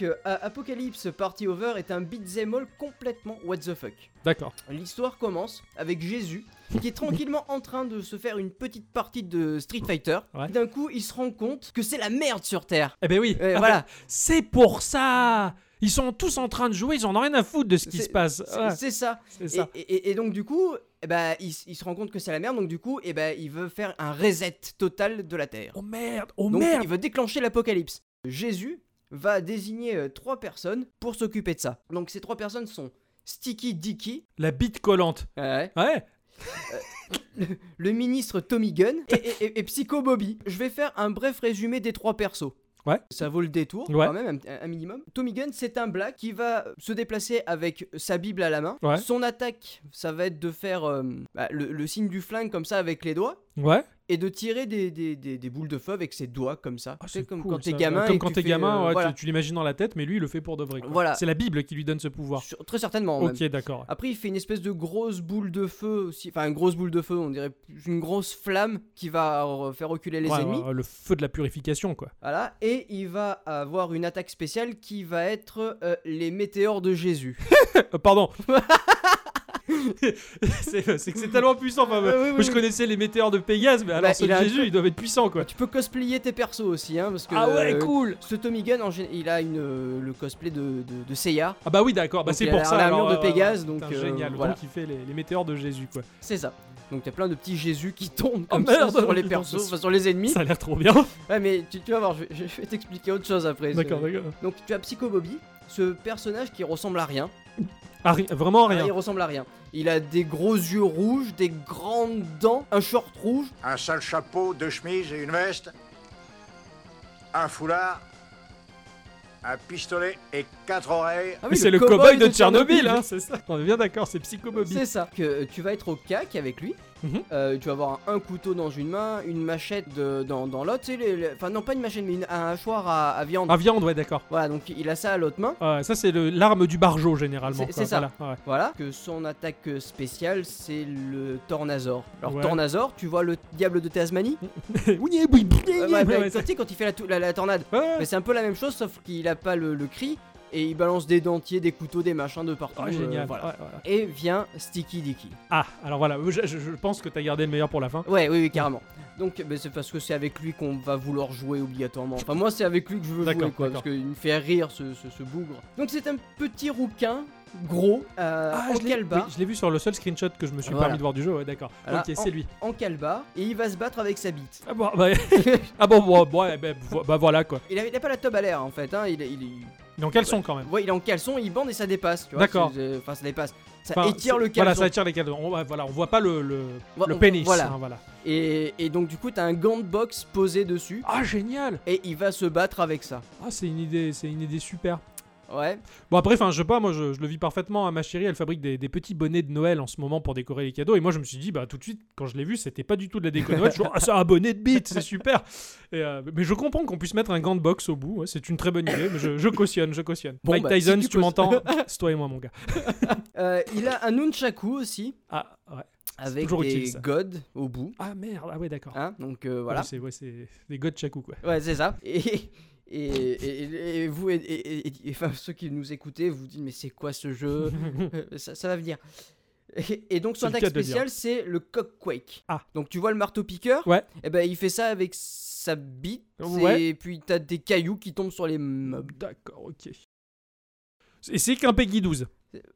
E: Que, euh, Apocalypse Party Over est un beat'em all complètement what the fuck.
D: D'accord.
E: L'histoire commence avec Jésus qui est tranquillement en train de se faire une petite partie de Street Fighter.
D: Ouais.
E: D'un coup, il se rend compte que c'est la merde sur Terre.
D: Eh ben oui.
E: Et [LAUGHS] voilà,
D: C'est pour ça Ils sont tous en train de jouer, ils en ont rien à foutre de ce qui
E: C'est-
D: se passe. [LAUGHS]
E: c'est
D: Ouais,
E: c'est ça.
D: C'est
E: Et,
D: ça.
E: et- et donc du coup, eh ben, il, s- il se rend compte que c'est la merde, donc du coup, eh ben, il veut faire un reset total de la Terre.
D: Oh merde, oh
E: donc
D: merde
E: il veut déclencher l'apocalypse. Jésus va désigner euh, trois personnes pour s'occuper de ça. Donc ces trois personnes sont Sticky Dicky,
D: La bite collante.
E: ouais,
D: Ouais,
E: le ministre Tommy Gunn et, et- et- et Psycho Bobby. Je vais faire un bref résumé des trois persos.
D: Ouais.
E: Ça vaut le détour,
D: Ouais.
E: quand même, un, un minimum. Tommy Gunn, c'est un black qui va se déplacer avec sa Bible à la main.
D: Ouais.
E: Son attaque, ça va être de faire euh, bah, le, le signe du flingue comme ça avec les doigts.
D: ouais.
E: Et de tirer des, des- des- des boules de feu avec ses doigts comme ça.
D: Ah,
E: Tu sais, comme
D: cool,
E: quand t'es
D: ça.
E: gamin.
D: Comme
E: et
D: quand
E: tu
D: t'es
E: fais,
D: gamin,
E: euh,
D: ouais,
E: voilà.
D: tu, tu l'imagines dans la tête, mais lui, il le fait pour de vrai. quoi.
E: Voilà.
D: C'est la Bible qui lui donne ce pouvoir.
E: Sur- très certainement. même. Ah,
D: Ok, d'accord.
E: Après, il fait une espèce de grosse boule de feu aussi. Enfin, une grosse boule de feu, on dirait une grosse flamme qui va euh, faire reculer les
D: Ouais,
E: ennemis.
D: ouais, le feu de la purification, quoi. [LAUGHS]
E: Voilà, et il va avoir une attaque spéciale qui va être euh, les météores de Jésus.
D: Euh,
E: [LAUGHS]
D: pardon. [LAUGHS] c'est c'est que c'est tellement puissant. enfin,
E: Euh, oui,
D: Ah bah, moi,
E: oui,
D: je
E: oui.
D: connaissais les météores de Pégase, mais alors
E: Bah,
D: ceux
E: il
D: de
E: a un
D: Jésus, ils doivent être puissants, quoi.
E: Tu peux cosplayer tes persos aussi, hein, parce que.
D: Ah ouais,
E: euh,
D: cool.
E: Ce Tommy Gun, en gé- il a une, euh, le cosplay de, de, de Seiya.
D: Ah bah oui, d'accord. Bah
E: Donc,
D: c'est
E: il a
D: pour
E: la-
D: ça.
E: l'armure
D: alors,
E: de
D: ouais, ouais,
E: Pégase,
D: ouais.
E: donc,
D: Putain,
E: euh,
D: génial.
E: voilà.
D: Donc il fait les, les météores de Jésus, quoi.
E: C'est ça. Donc t'as plein de petits Jésus qui tombent
D: Oh,
E: comme ça
D: merde.
E: sur les persos, enfin sur les ennemis.
D: Ça a l'air trop bien.
E: Ouais, mais tu, tu vas voir, je, vais- je vais t'expliquer autre chose après.
D: D'accord, d'accord.
E: Donc tu as Psycho Bobby, ce personnage qui ressemble à rien.
D: Ah, ri- vraiment
E: Ah, Il
D: rien.
E: ressemble à rien. Il a des gros yeux rouges, des grandes dents, un short rouge.
G: Un sale chapeau, deux chemises et une veste. Un foulard. Un pistolet et quatre oreilles.
E: Ah oui,
D: Mais c'est le
E: cow-boy
D: cowboy de Tchernobyl, hein, c'est ça. On est bien d'accord, c'est Psycho Bobby.
E: C'est ça. Que euh, tu vas être au cac avec lui.
D: Mhm.
E: Euh, tu vas avoir un, un couteau dans une main, une machette de- dans, dans l'autre. tu sais, les- les- Enfin, non, pas une machette, mais une- un hachoir à, à viande.
D: Ah, viande, ouais, d'accord.
E: Voilà, donc il a ça à l'autre main.
D: Ouais, ça, c'est le- l'arme du barjo, généralement. quoi,
E: C'est- c'est ça. [LAUGHS]
D: voilà, ouais.
E: Voilà. Que son attaque spéciale, c'est le Tornazor. Alors,
D: Ouais.
E: Tornazor, tu vois le diable de Tasmanie
D: Oui, oui, oui, oui,
E: Ouais,
D: oui,
E: ouais,
D: ouais,
E: ouais,
D: ça-
E: Tu sais, quand il fait la, tou- la- la tornade.
D: ouais,
E: Mais c'est un peu la même chose, sauf qu'il a pas le, le cri. Et il balance des dentiers, des couteaux, des machins de partout.
D: ouais,
E: euh,
D: Ah, génial.
E: voilà.
D: ouais, voilà.
E: Et vient Sticky Dicky.
D: Ah, alors voilà, je, je- je pense que t'as gardé le meilleur pour la fin.
E: Ouais, oui, oui, carrément. Donc, ben, c'est parce que c'est avec lui qu'on va vouloir jouer obligatoirement. Enfin, moi, c'est avec lui que je veux
D: D'accord,
E: jouer, quoi, parce
D: d'accord.
E: qu'il me fait rire, ce, ce, ce bougre. Donc, c'est un petit rouquin, gros, euh,
D: Ah,
E: en
D: je l'ai-
E: calbar,
D: oui, je l'ai vu sur le seul screenshot que je me suis
E: Voilà.
D: permis de voir du jeu, ouais, d'accord.
E: Voilà,
D: ok,
E: en-
D: c'est lui.
E: en calbar, et il va se battre avec sa bite.
D: Ah bon, bah, [LAUGHS] ah bon, bon, bon, ouais, bah, vo- bah voilà quoi.
E: Il a, il a pas la teub à l'air, en fait, hein, il, il, il-
D: Il est en caleçon quand même.
E: ouais, il est en caleçon, il bande et ça dépasse, tu vois.
D: D'accord.
E: c'est- c'est- Enfin, ça dépasse. Ça
D: Enfin,
E: étire le
D: c'est- Voilà,
E: caleçon.
D: ça étire les caleçons. On, ouais, voilà, on voit pas le, le,
E: Ouais,
D: le
E: on-
D: pénis.
E: voilà.
D: hein, voilà.
E: et, et donc, du coup, t'as un gant de boxe posé dessus,
D: Ah, génial
E: et il va se battre avec ça.
D: Ah, c'est une idée, c'est une idée super.
E: Ouais,
D: Bon, après, enfin, je sais pas, moi je, je le vis parfaitement. hein, Ma chérie, elle fabrique des, des petits bonnets de Noël en ce moment pour décorer les cadeaux. Et moi, je me suis dit, bah tout de suite, quand je l'ai vu, c'était pas du tout de la déco Noël. Je suis ah, c'est un bonnet de bite, c'est super. Et, euh, mais je comprends qu'on puisse mettre un gant de boxe au bout. ouais, c'est une très bonne idée. mais je, je cautionne, je cautionne.
E: Bon,
D: Mike
E: bah,
D: Tyson,
E: si
D: si tu
E: tu cautionnes-
D: m'entends, c'est toi et moi, mon gars.
E: Euh, il a un nunchaku aussi,
D: Ah, ouais.
E: avec
D: toujours
E: des
D: utile, ça.
E: godes au bout.
D: Ah merde, ah ouais, d'accord.
E: Hein, donc euh, voilà.
D: Ouais, c'est ouais, c'est des gars de Chakou,
E: [LAUGHS]
D: quoi.
E: Ouais, c'est ça. Et, et, et- et vous, et, et- et- et- enfin, ceux qui nous écoutez, vous dites, mais c'est quoi
D: [LAUGHS]
E: ce jeu [LAUGHS]
D: Ah,
E: Euh, ça, ça va venir. Et, et donc, son
D: C'est le
E: attaque
D: cas de le dire.
E: spéciale, c'est le cockquake.
D: Ah.
E: Donc, tu vois le marteau-piqueur
D: Ouais.
E: Et ben, il fait ça avec sa bite.
D: Ouais.
E: Et puis, t'as des cailloux qui tombent sur les meubles.
D: D'accord, ok. Et c'est qu'un Peggy 12.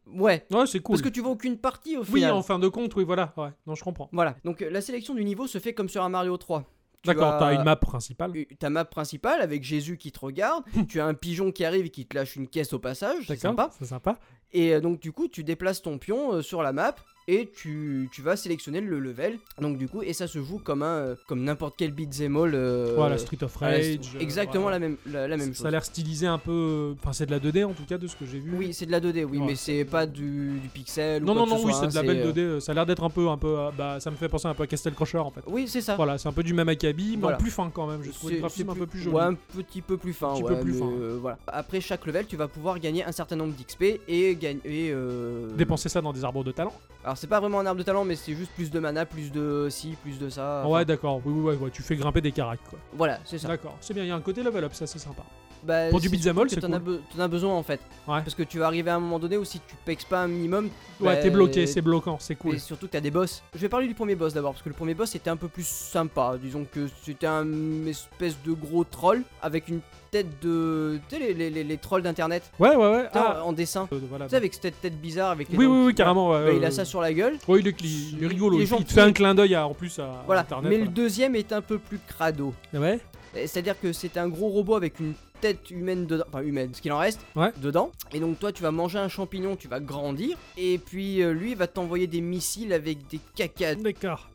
E: Ouais.
D: Ouais, c'est cool.
E: Parce que tu vois aucune partie au
D: Oui,
E: final.
D: en fin de compte, oui, voilà. Ouais, non, je comprends.
E: Voilà. Donc, euh, la sélection du niveau se fait comme sur un Mario 3. Tu
D: D'accord,
E: as-
D: t'as une map principale.
E: Euh, ta map principale avec Jésus qui te regarde, tu as un pigeon qui arrive et qui te lâche une caisse au passage, c'est
D: Mmh. D'accord,
E: sympa.
D: C'est sympa.
E: Et euh, donc du coup, tu déplaces ton pion euh, sur la map et tu, tu vas sélectionner le level. Donc du coup, et ça se joue comme un euh, comme n'importe quel beat'em all. euh,
D: Voilà, Street of
E: à la-
D: Rage. euh,
E: exactement
D: voilà.
E: la même la, la même
D: Ça a
E: chose.
D: l'air stylisé un peu. Enfin, c'est de la 2D en tout cas, de ce que j'ai vu.
E: Oui, c'est de la 2D, oui,
D: Ouais.
E: mais c'est pas du, du pixel.
D: Non,
E: ou
D: non,
E: quoi que
D: non,
E: ce
D: oui,
E: soit,
D: c'est de la
E: hein,
D: belle
E: euh,
D: 2D. euh, Ça a l'air d'être un peu, un peu. euh, Bah, ça me fait penser un peu à Castle Crusher en fait.
E: Oui, c'est ça.
D: Voilà, c'est un peu du même acabit, mais
E: Ah. Voilà.
D: en plus fin quand même. J'ai trouvé
E: C'est
D: le graphisme un
E: c'est
D: peu plus joli.
E: Ouais, un petit peu plus fin.
D: Un petit
E: ouais,
D: peu plus
E: mais,
D: fin,
E: euh, voilà. Après chaque level, tu vas pouvoir gagner un certain nombre d'XP et gagne. Et, euh,
D: Dépenser ça dans des arbres de talent.
E: Alors, c'est pas vraiment un arbre de talent, mais c'est juste plus de mana, plus de si, plus de ça.
D: ouais, d'accord. Oui, oui, ouais, ouais, tu fais grimper des caracs, quoi.
E: Voilà, c'est ça.
D: D'accord. C'est bien, il y a un côté level up, ça, c'est sympa.
E: Bah,
D: Pour du
E: c'est
D: beat'em
E: surtout
D: all,
E: que
D: c'est
E: t'en as be- t'en as besoin en fait.
D: Ouais.
E: Parce que tu vas arriver à un moment donné où si tu pexes pas un minimum.
D: Ouais,
E: bah,
D: t'es bloqué, c'est bloquant, c'est cool.
E: Et surtout que t'as des boss. Je vais parler du premier boss d'abord, parce que le premier boss était un peu plus sympa. Disons que c'était un espèce de gros troll avec une tête de. Tu sais, les, les- les- les trolls d'internet
D: Ouais, ouais, ouais.
E: tu sais,
D: Ah,
E: en en dessin.
D: euh, voilà.
E: Tu sais, avec cette tête bizarre, avec les.
D: Oui,
E: dents
D: oui,
E: qui-
D: oui, carrément. Ouais,
E: Bah, il a
D: euh,
E: ça sur la gueule.
D: ouais, il est, cli- il est rigolo.
E: Il est
D: Il, te
E: gentil.
D: fait un clin d'œil à- en plus à
E: Voilà.
D: Internet.
E: Mais le deuxième est un peu plus crado.
D: voilà. Ouais.
E: Et C'est-à-dire que c'est un gros robot avec une tête humaine dedans, enfin humaine, ce qu'il en reste,
D: Ouais.
E: dedans. Et donc toi, tu vas manger un champignon, tu vas grandir, et puis euh, lui il va t'envoyer des missiles avec des
D: Ah
E: caca.
D: D'accord.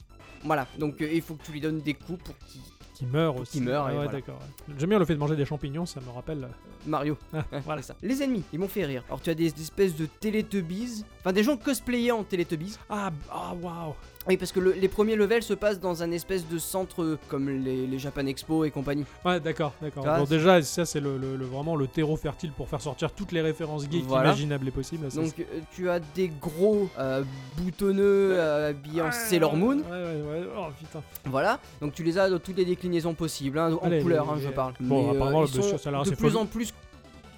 E: Voilà, donc euh, il faut que tu lui donnes des coups pour qu'il...
D: Qui meurt aussi.
E: Qui meurt,
D: Ouais,
E: et
D: ouais,
E: voilà.
D: d'accord. ouais. J'aime bien le fait de manger des champignons, ça me rappelle. euh,
E: Mario.
D: Ah, voilà.
E: c'est ça. Les ennemis, ils m'ont fait rire. Alors tu as des, des espèces de Teletubbies, enfin des gens cosplayés en Teletubbies.
D: Ah, b- ah, waouh.
E: Oui, parce que le- les premiers levels se passent dans un espèce de centre euh, comme les, les Japan Expo et compagnie.
D: Ouais, d'accord, d'accord.
E: Tu vois,
D: Bon,
E: Ah, c'est-
D: déjà, ça, c'est le, le- le- vraiment le terreau fertile pour faire sortir toutes les références geeks
E: Voilà.
D: imaginables et possibles. ça,
E: Donc euh, tu as des gros euh, boutonneux euh, habillés
D: Ah.
E: en Sailor Moon.
D: Ouais, ouais, ouais. Oh putain.
E: Voilà, donc tu les as dans toutes les déclinaisons possibles, hein, en
D: Allez,
E: couleur,
D: les-
E: hein, je
D: les-
E: parle.
D: Bon,
E: Mais, euh,
D: apparemment,
E: ils
D: bien
E: sont
D: sûr, ça a l'air
E: de
D: assez
E: plus
D: fou.
E: en plus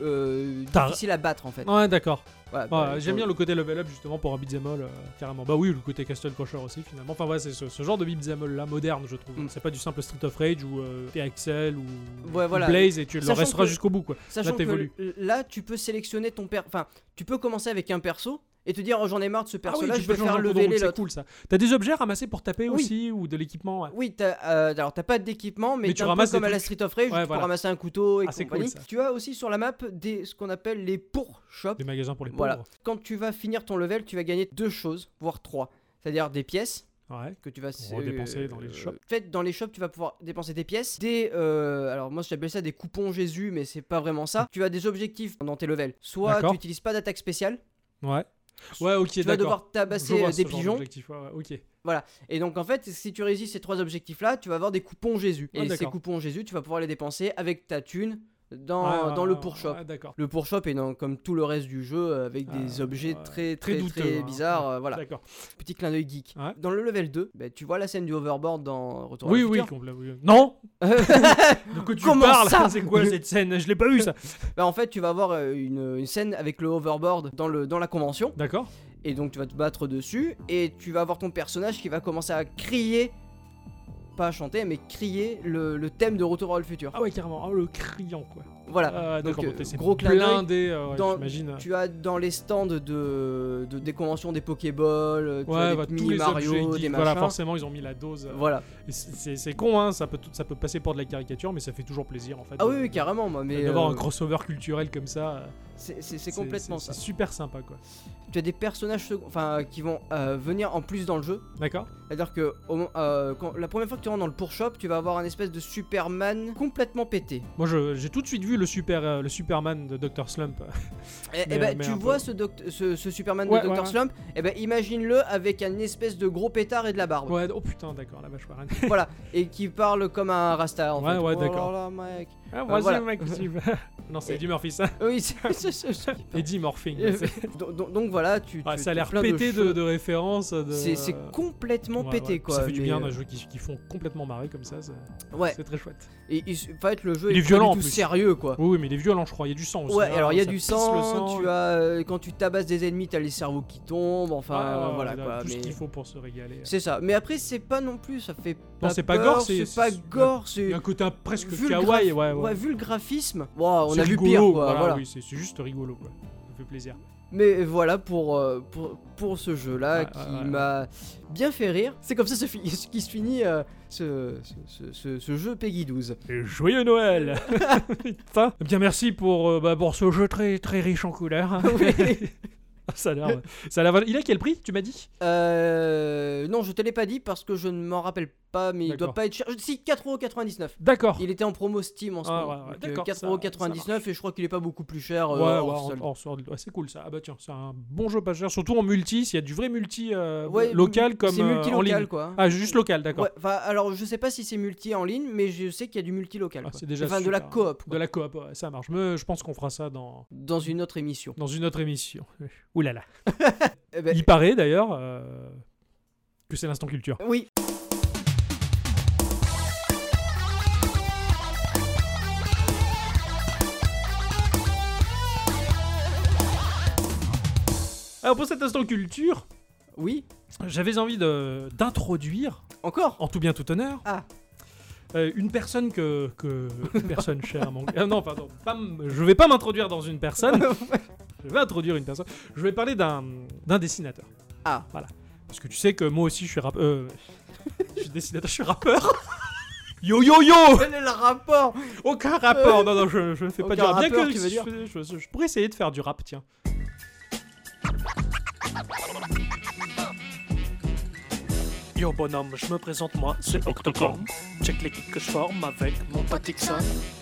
E: euh,
D: T'as-
E: difficiles à battre en fait.
D: Ouais, d'accord.
E: Voilà,
D: Ouais,
E: bah,
D: J'aime
E: euh,
D: bien le côté level up justement pour un beat'em all, euh, carrément. Bah oui, le côté Castle Crusher aussi finalement. Enfin, ouais, c'est ce, ce genre de beat'em all là moderne, je trouve.
E: Mm.
D: C'est pas du simple Street of Rage ou euh, t'es Axel ou
E: Ouais, voilà.
D: Blaze et tu le
E: Sachant
D: resteras
E: que-
D: jusqu'au bout quoi. Ah
E: Sachant
D: là,
E: que
D: t'évolues.
E: l- là, tu peux sélectionner ton perso. Enfin, tu peux commencer avec un perso et te dire oh, j'en ai marre de ce perso là,
D: Ah tu
E: je
D: peux
E: vais faire
D: changer en cours de
E: lever
D: route,
E: les
D: c'est
E: l'autre.
D: cool ça. T'as des objets ramassés pour taper
E: Oui.
D: aussi ou de l'équipement. ouais.
E: Oui, t'as, euh, alors t'as pas d'équipement, mais,
D: Mais
E: t'es
D: tu
E: un peu
D: ramasses des
E: comme à la
D: trucs.
E: Street of Rage,
D: Ouais, voilà.
E: tu peux ramasser un couteau et
D: Ah, c'est cool,
E: compagnie.
D: ça.
E: tu as aussi sur la map des, ce qu'on appelle les pour shops.
D: Des magasins pour les pauvres.
E: Voilà. Quand tu vas finir ton level, tu vas gagner deux choses, voire trois. C'est-à-dire des pièces,
D: Ouais.
E: que tu vas euh,
D: Pour redépenser dans les shops.
E: En fait, dans les shops, tu vas pouvoir dépenser des pièces, des euh, alors moi j'appelle ça des coupons Jésus, mais c'est pas vraiment ça. tu as des objectifs dans tes levels. Soit
D: D'accord.
E: tu n'utilises pas d'attaque spéciale,
D: Ouais. Ouais, ok,
E: tu
D: d'accord.
E: vas devoir
D: Je
E: tabasser
D: vois
E: euh, des
D: ce genre
E: pigeons.
D: d'objectif, ouais, ouais, ok.
E: Et donc en fait, si tu réussis ces trois objectifs-là, tu vas avoir des coupons Jésus.
D: Ah,
E: Et ces
D: d'accord.
E: coupons Jésus, tu vas pouvoir les dépenser avec ta thune dans,
D: Ouais,
E: dans
D: ouais,
E: le
D: ouais,
E: pour shop.
D: Ah, ouais, d'accord.
E: Le pour shop est dans- comme tout le reste du jeu euh, avec des
D: Euh,
E: objets
D: ouais, très
E: très très très,
D: douteux, hein.
E: bizarres. euh, voilà,
D: D'accord.
E: petit clin d'œil geek.
D: Ouais.
E: Dans le level 2, bah, tu vois la scène du hoverboard dans Retour à
D: Oui,
E: le
D: oui,
E: futur.
D: complètement. oui.
E: [LAUGHS]
D: Non De quoi tu
E: Comment
D: parles
E: ça
D: [LAUGHS] C'est quoi cette scène Je l'ai pas vu ça.
E: Bah en fait tu vas avoir euh, une, une scène avec le hoverboard dans, le, dans la convention
D: D'accord.
E: et donc tu vas te battre dessus et tu vas avoir ton personnage qui va commencer à crier pas à chanter mais crier le, le thème de Retour vers le futur.
D: Ah ouais, carrément. Ah, le criant, quoi.
E: Voilà.
D: Ah,
E: donc,
D: d'accord.
E: euh,
D: bon, t'es- c'est
E: gros clin d'œil
D: blindé, euh, ouais,
E: dans-
D: j'imagine.
E: Tu as dans les stands de, de- des conventions des Pokéball, euh, tu as
D: Ouais,
E: des
D: bah, tous
E: mini
D: les objets,
E: Mario,
D: geeks,
E: des machins.
D: voilà, forcément, ils ont mis la dose. euh,
E: Voilà.
D: et c'est- C'est c'est con, hein, ça peut, tout- ça peut passer pour de la caricature, mais ça fait toujours plaisir, en fait.
E: Ah
D: de-
E: oui, oui,
D: de-
E: carrément moi mais
D: D'avoir
E: euh,
D: un crossover culturel comme ça, euh,
E: c'est- c'est c'est complètement
D: c'est-
E: ça.
D: C'est super sympa, quoi.
E: Tu as des personnages second- enfin qui vont euh, venir en plus dans le jeu
D: D'accord
E: C'est-à-dire que au mo- euh, quand- la première fois que tu rentres dans le pour shop, tu vas avoir un espèce de Superman complètement pété.
D: Moi, je- j'ai tout de suite vu le, super, euh, le Superman de Dr. Slump.
E: Et,
D: Mais-
E: et bah,
D: mais
E: tu
D: un peu.
E: vois ce, doct- ce, ce Superman
D: Ouais,
E: de Dr.
D: ouais, ouais.
E: Slump, et ben imagine-le avec un espèce de gros pétard et de la barbe.
D: ouais, oh putain, d'accord, la vache Warren.
E: voilà, et qui parle comme un rasta en
D: Ouais,
E: fait.
D: ouais,
E: Oh
D: d'accord.
E: là là, mec.
D: Ah, moi,
E: voilà.
D: c'est le mec
E: [LAUGHS]
D: qui suit. Non, c'est
E: Et-
D: Eddie Murphy,
E: [LAUGHS]
D: ça.
E: Oui, c'est-
D: [LAUGHS]
E: c'est- c'est- c'est-
D: Eddie Morphing.
E: Euh,
D: c'est-
E: [LAUGHS] donc, donc- donc voilà, tu.
D: Ouais,
E: tu-
D: ça a
E: tu-
D: l'air
E: plein
D: pété de,
E: choses.
D: de références. de-
E: C'est c'est complètement
D: Ouais,
E: pété
D: ouais.
E: quoi.
D: Ça fait du
E: mais,
D: bien
E: euh,
D: d'un jeu qui, qui font complètement marrer comme ça. ça-
E: Ouais,
D: C'est très chouette.
E: et il s- en fait, le jeu
D: Il
E: est
D: est violent,
E: pas
D: en
E: du tout
D: plus.
E: sérieux quoi.
D: Oui, oui, mais il est violent, je crois. Il y a du sang aussi.
E: Ouais,
D: hein,
E: alors il y a
D: ça
E: du
D: pisse
E: sang,
D: le sang.
E: tu as euh, quand tu tabasses des ennemis, t'as les cerveaux qui tombent, enfin euh,
D: Ouais, ouais, ouais,
E: voilà
D: Ah, il a
E: quoi.
D: Tout ce
E: mais-
D: qu'il faut pour se régaler.
E: C'est ça. Mais après, c'est pas non plus, ça fait pas.
D: c'est pas
E: peur,
D: gore, c'est-
E: c'est pas
D: c'est-
E: gore, c'est.
D: Il y a un côté presque
E: vu le
D: kawaii,
E: graph-
D: ouais, ouais.
E: vu le graphisme, Ouah, on
D: C'est
E: a vu
D: rigolo,
E: pire quoi.
D: voilà,
E: voilà.
D: oui, c'est c'est juste rigolo, quoi. Ça fait plaisir.
E: Mais voilà pour, euh, pour, pour ce jeu là
D: Ouais,
E: qui
D: ouais, ouais.
E: m'a bien fait rire. C'est comme ça ce, fi- ce qui se finit euh, ce, ce, ce- ce- ce jeu
D: [LAUGHS]
E: Peggy 12.
D: Et joyeux
E: [LAUGHS]
D: Noël Putain. Eh Bien, merci pour, euh, bah, pour ce jeu très, très riche en
E: [LAUGHS]
D: couleurs.
E: Oui.
D: ça a l'air... ça a l'air- Il a quel prix, tu m'as dit
E: Euh, non, je te l'ai pas dit parce que je ne m'en rappelle pas, mais il doit
D: D'accord.
E: pas être cher. Si, 4,99€.
D: D'accord.
E: Il était en promo Steam en ce
D: Ah,
E: moment.
D: ouais, ouais,
E: donc, euh,
D: d'accord, ça-
E: 4,99€ et je crois qu'il est pas beaucoup plus cher. euh,
D: Ouais, ouais,
E: hors
D: en-
E: solde.
D: en solde. Ouais, c'est cool ça. Ah bah tiens, c'est un bon jeu pas cher, surtout en multi, s'il y a du vrai multi euh,
E: Ouais,
D: local comme
E: C'est
D: euh, en
E: multilocal
D: ligne.
E: quoi.
D: Ah, juste local, d'accord.
E: Ouais, enfin, alors je sais pas si c'est multi en ligne, mais je sais qu'il y a du multilocal.
D: Ah,
E: quoi.
D: c'est déjà
E: enfin de la
D: super. hein.
E: coop. quoi.
D: De la coop, ouais, ça marche. Mais je pense qu'on fera ça dans,
E: Dans une
D: [LAUGHS]
E: autre émission.
D: dans une autre émission. Ouh là là.
E: Eh ben,
D: Il paraît d'ailleurs euh, que c'est l'instant culture.
E: Oui.
D: Alors pour cet instant culture,
E: Oui.
D: j'avais envie de- d'introduire,
E: Encore
D: en tout bien tout honneur,
E: Ah.
D: euh, une personne que... que
E: [LAUGHS]
D: une personne chère à mon... Ah non, pardon. pas m- je vais pas m'introduire dans une
E: [LAUGHS]
D: personne. je vais introduire une personne. Je vais parler d'un d'un dessinateur.
E: Ah.
D: Voilà. Parce que tu sais que moi aussi je suis rappeur... je suis dessinateur, je suis rappeur.
E: [LAUGHS]
D: Yo yo yo
E: Quel est le rapport
D: Aucun rapport Non, non, je, je ne fais pas du
E: Aucun
D: rap. Bien
E: rappeur,
D: que
E: tu veux
D: je,
E: dire
D: je- je- je pourrais essayer de faire du rap, tiens.
B: Yo bonhomme, je me présente moi, c'est Octocorn. Check l'équipe que je forme avec mon Patixon.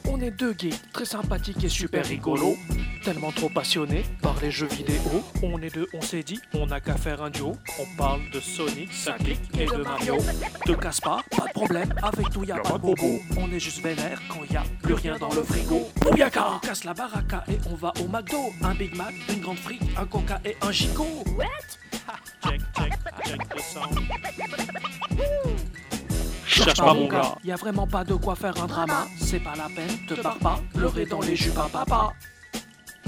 B: On est deux geeks très sympathiques et super rigolos. Tellement trop passionnés par les jeux vidéo. On est deux, on s'est dit, on n'a qu'à faire un duo. On parle de Sonic, Saint-Clic et de Mario. Te casse pas, pas de problème, avec tout y a pas de bobo. On est juste vénère quand y a plus rien dans le frigo. Bouyaka On casse la baraka et on va au McDo. Un Big Mac, une grande frite, un coca et un gigot.
I: check, check, check the sound.
B: Cherche pas mon gars. Y a vraiment pas de quoi faire un drama. C'est pas la peine, te pars pas. Pleurer dans les jupes à papa.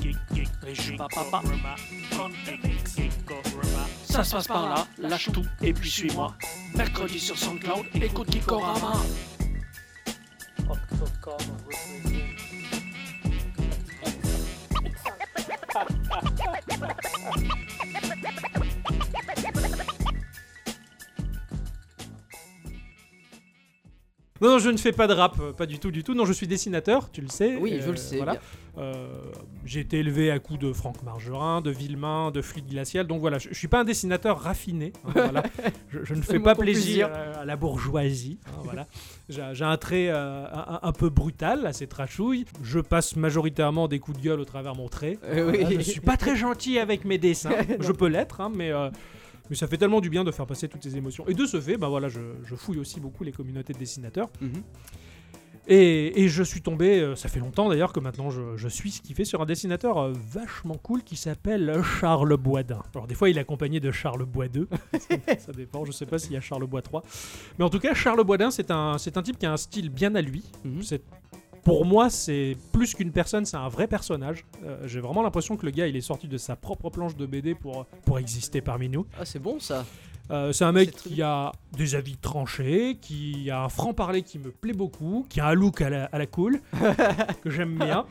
I: Geek, geek,
B: Les
I: geek,
B: jupes à papa.
I: Roma. Con- geek, Roma.
B: Ça se passe par là, lâche tout et puis suis-moi. Mercredi sur SoundCloud, écoute Kikorama.
D: Non, non, je ne fais pas de rap, euh, pas du tout, du tout. Non, je suis dessinateur, tu le sais.
E: Oui,
D: euh,
E: je le sais.
D: voilà.
E: bien.
D: Euh, J'ai été élevé à coups de Franck Margerin, de Villemain, de Fluide Glacial. Donc voilà, je, je suis pas un dessinateur raffiné.
E: [LAUGHS]
D: hein, voilà. je, je ne
E: C'est
D: fais
E: le
D: pas
E: moins qu'on puisse
D: plaisir à, à la bourgeoisie. hein, voilà. J'ai j'ai un trait euh, un, un- un peu brutal à ces trachouilles. Je passe majoritairement des coups de gueule au travers de mon trait.
E: Euh, [LAUGHS] oui.
D: Voilà, Ah, je suis pas très gentil avec mes
E: [LAUGHS]
D: dessins. je peux l'être, hein, mais, euh, mais ça fait tellement du bien de faire passer toutes ces émotions. Et de ce fait, bah voilà, je, je fouille aussi beaucoup les communautés de dessinateurs.
E: Mhm.
D: Et, et je suis tombé, euh, ça fait longtemps d'ailleurs que maintenant je, je suis ce qu'il fait sur un dessinateur euh, vachement cool qui s'appelle Charles Boisdin. Alors des fois il est accompagné de Charles Bois
E: [LAUGHS]
D: 2, ça dépend, je sais pas s'il y a Charles Bois 3. Mais en tout cas Charles Boisdin c'est un, c'est un type qui a un style bien à lui.
E: Mhm.
D: C'est- Pour moi c'est plus qu'une personne, c'est un vrai personnage. Euh, J'ai vraiment l'impression que le gars il est sorti de sa propre planche de BD pour, pour exister parmi nous.
E: Ah, c'est bon ça.
D: Euh, c'est un
E: C'est
D: mec
E: très
D: qui a des avis tranchés, qui a un franc-parler qui me plaît beaucoup, qui a un look à la, à la cool, que j'aime bien.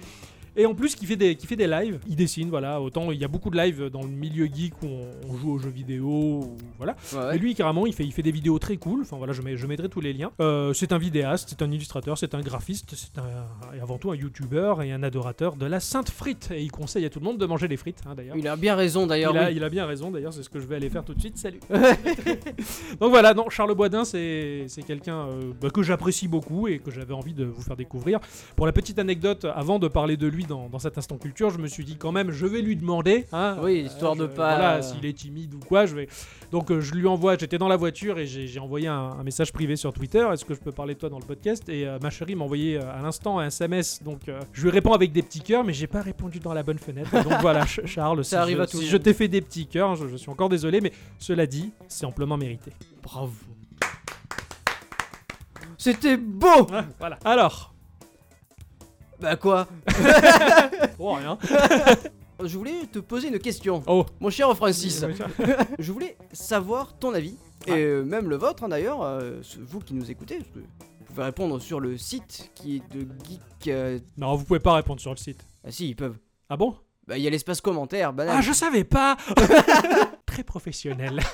D: Et en plus, qui fait des, qui fait des lives, il dessine, voilà. Autant il y a beaucoup de lives dans le milieu geek où on, on joue aux jeux vidéo, ou- voilà.
E: Ouais,
D: Et lui, carrément, il fait, il fait des vidéos très cool. Enfin voilà, je, mets- je mettrai tous les liens. Euh, c'est un vidéaste, c'est un illustrateur, c'est un graphiste, c'est un- et avant tout un youtubeur et un adorateur de la sainte frite. Et il conseille à tout le monde de manger des frites, hein, d'ailleurs.
E: Il a bien raison d'ailleurs.
D: Il a,
E: oui.
D: il a bien raison d'ailleurs, c'est ce que je vais aller faire tout de suite.
E: [LAUGHS]
D: Salut. [LAUGHS] Donc voilà, non, Charles Boisdin, c'est c'est quelqu'un euh, bah, que j'apprécie beaucoup et que j'avais envie de vous faire découvrir. Pour la petite anecdote, avant de parler de lui dans, dans cet instant culture, je me suis dit quand même, je vais lui demander. hein,
E: Oui, histoire de
D: je-
E: pas-
D: Voilà, s'il est timide ou quoi, je vais. Donc euh, je lui envoie. J'étais dans la voiture et j'ai j'ai envoyé un, un message privé sur Twitter. Est-ce que je peux parler de toi dans le podcast Et euh, ma chérie m'a envoyé euh, à l'instant un SMS. Donc euh, je lui réponds avec des petits cœurs, mais j'ai pas répondu dans la bonne fenêtre.
E: [LAUGHS]
D: Donc voilà, Ch- Charles, si,
E: arrive
D: je,
E: à tout
D: si
E: le
D: je
E: monde.
D: t'ai fait des petits cœurs, je, je suis encore désolé, mais cela dit, c'est amplement mérité.
E: Bravo. C'était beau.
D: Voilà. Alors,
E: Bah quoi
D: oh, rien.
E: [LAUGHS] Je voulais te poser une question.
D: Oh.
E: Mon cher Francis, je voulais savoir ton avis, et euh, même le vôtre hein, d'ailleurs, euh, ce- vous qui nous écoutez, parce que vous pouvez répondre sur le site qui est de Geek. euh,
D: Non, vous pouvez pas répondre sur le site.
E: Ah si, ils peuvent.
D: Ah bon
E: Bah, il y a l'espace commentaire, banal.
D: Ah, je savais pas.
E: [LAUGHS]
D: Très professionnel. [LAUGHS]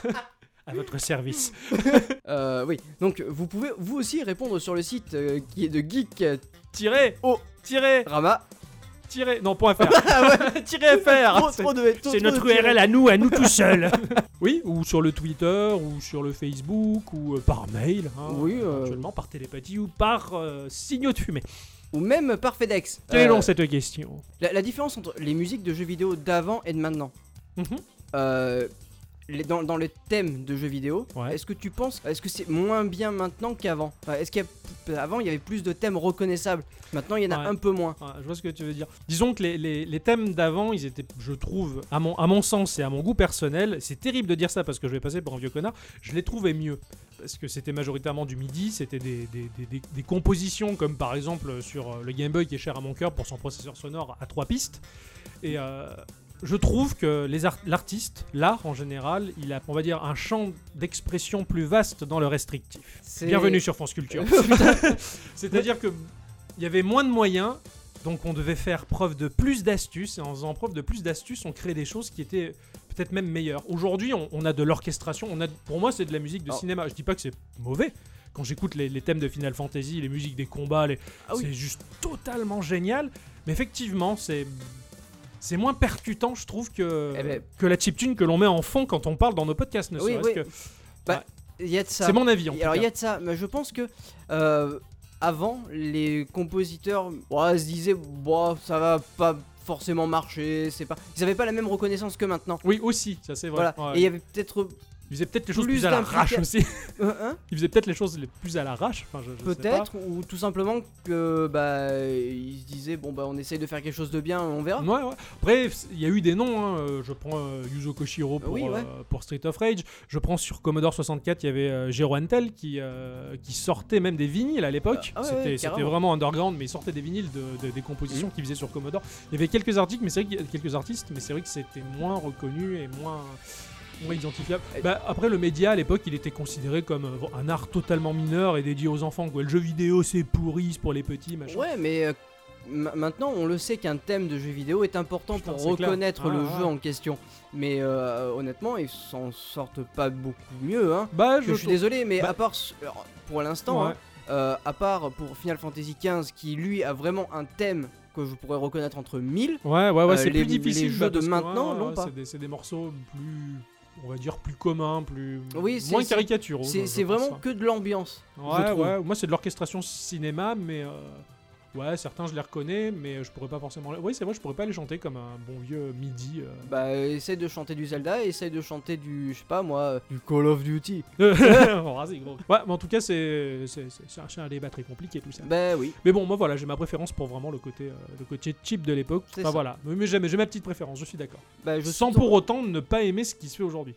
D: À votre service.
E: Euh, oui, donc vous pouvez vous aussi répondre sur le site euh, qui est de Geek euh,
D: Tirez, oh, tirez,
E: Rama.
D: Tirez- Non, point [LAUGHS]
E: [LAUGHS]
D: .fr. Tirez
E: Ah Trop,
D: .fr.
E: trop de- trop-
D: C'est
E: trop
D: notre
E: de tirer.
D: URL à nous, à nous tout
E: [LAUGHS]
D: seuls. oui, ou sur le Twitter, ou sur le Facebook, ou euh, par mail. hein,
E: Oui, euh,
D: éventuellement, par télépathie ou par euh, signaux de fumée.
E: Ou même par FedEx.
D: Quelle est
E: Euh,
D: donc cette question
E: la, la différence entre les musiques de jeux vidéo d'avant et de maintenant.
D: Mhm.
E: Euh, les- dans, dans le thème de jeux vidéo,
D: Ouais.
E: est-ce que tu penses, est-ce que c'est moins bien maintenant qu'avant Enfin, Est-ce qu'avant il y avait plus de thèmes reconnaissables Maintenant il y en a
D: Ouais.
E: un peu moins.
D: Ouais, je vois ce que tu veux dire. Disons que les, les- les thèmes d'avant, ils étaient, je trouve, à mon, à mon sens et à mon goût personnel, c'est terrible de dire ça parce que je vais passer pour un vieux connard, je les trouvais mieux. Parce que c'était majoritairement du midi, c'était des, des- des- des- des compositions comme par exemple euh, sur euh, le Game Boy qui est cher à mon cœur pour son processeur sonore à trois pistes. Et euh, je trouve que les art- l'artiste, l'art en général, il a, on va dire, un champ d'expression plus vaste dans le restrictif.
E: C'est-
D: Bienvenue sur France Culture.
E: [LAUGHS]
D: C'est-à-dire que il y avait moins de moyens, donc on devait faire preuve de plus d'astuces, et en faisant preuve de plus d'astuces, on créait des choses qui étaient peut-être même meilleures. Aujourd'hui, on, on a de l'orchestration, on a, pour moi, c'est de la musique de
E: Oh.
D: cinéma. Je dis pas que c'est mauvais. Quand j'écoute les, les thèmes de Final Fantasy, les musiques des combats, les-
E: Ah oui.
D: c'est juste totalement génial. Mais effectivement, c'est c'est moins percutant, je trouve, que,
E: Eh ben.
D: que la chiptune que l'on met en fond quand on parle dans nos podcasts. Ne
E: Oui,
D: serait-ce
E: oui.
D: que-
E: Il y a de ça.
D: C'est mon avis. En
E: Et
D: tout
E: Alors il
D: cas.
E: y a de ça, mais je pense que euh, avant les compositeurs ouah, se disaient bah, ça va pas forcément marcher, c'est pas, ils avaient pas la même reconnaissance que maintenant.
D: Oui, aussi, ça c'est vrai.
E: Voilà,
D: Ouais.
E: et il y avait peut-être
D: Ils faisaient peut-être les choses
E: plus
D: plus à l'arrache
E: d'implica-
D: aussi. [LAUGHS]
E: euh, hein,
D: Il faisait peut-être les choses les plus à l'arrache. Enfin, je- je sais pas.
E: peut-être ou tout simplement que bah ils se disaient bon bah on essaye de faire quelque chose de bien, on verra.
D: Ouais, ouais. Après, il y a eu des noms. hein. Euh, Je prends euh, Yuzo Koshiro pour,
E: Oui, ouais.
D: euh, pour Street of Rage. Je prends sur Commodore 64, il y avait euh, Jero Antel qui, euh, qui sortait même des vinyles à l'époque.
E: Ah, ah ouais,
D: C'était-
E: ouais,
D: C'était
E: carrément. Mm.
D: vraiment underground, mais il sortait des vinyles de, de- des compositions qu'il faisait sur Commodore. Il y avait quelques articles, mais c'est vrai qu'il y a quelques artistes, mais c'est vrai que c'était moins reconnu et moins moins identifiable. Bah, après le média à l'époque il était considéré comme euh, un art totalement mineur et dédié aux enfants quoi. Le jeu vidéo c'est pourri, c'est pour les petits, machin.
E: Ouais, mais euh, ma- maintenant on le sait qu'un thème de jeu vidéo est important
D: Putain,
E: pour
D: c'est clair.
E: reconnaître
D: Ah,
E: le
D: ouais.
E: jeu en question. Mais euh, honnêtement, ils s'en sortent pas beaucoup mieux, hein.
D: Bah
E: Je suis désolé, mais
D: Bah-
E: à part ce- alors, pour l'instant,
D: Ouais.
E: hein, euh, à part pour Final Fantasy XV, qui lui a vraiment un thème que je pourrais reconnaître entre 1000.
D: Ouais, ouais, ouais,
E: Euh,
D: c'est
E: les-
D: plus difficile.
E: les jeux
D: bah,
E: de
D: parce que,
E: maintenant
D: ouais,
E: l'ont
D: ouais,
E: pas.
D: C'est des, c'est des morceaux plus, on va dire, plus communs, plus
E: Oui, c'est-
D: moins
E: c'est-
D: caricaturaux. je-
E: C'est
D: Oh, bah, je
E: c'est
D: pense, hein.
E: vraiment que de l'ambiance.
D: Ouais,
E: je trouve.
D: ouais. Moi, c'est de l'orchestration cinéma, mais euh, ouais, certains je les reconnais, mais euh, je pourrais pas forcément. les- Oui, c'est vrai, je pourrais pas les chanter comme un bon vieux midi. euh.
E: Bah, essaye de chanter du Zelda, essaye de chanter du, je sais pas moi, euh, du Call of Duty. [LAUGHS]
D: [LAUGHS] Oh, vas-y, gros. Ouais, mais en tout cas, c'est c'est- c'est- c'est un, c'est un débat très compliqué tout ça.
E: Bah oui.
D: Mais bon, moi voilà, j'ai ma préférence pour vraiment le côté, euh, le côté cheap de l'époque.
E: C'est
D: Enfin,
E: ça.
D: voilà, mais mais j'ai j'ai ma petite préférence, je suis d'accord.
E: Bah, je
D: Sans
E: suis-
D: pour autant ne pas aimer ce qui se fait aujourd'hui.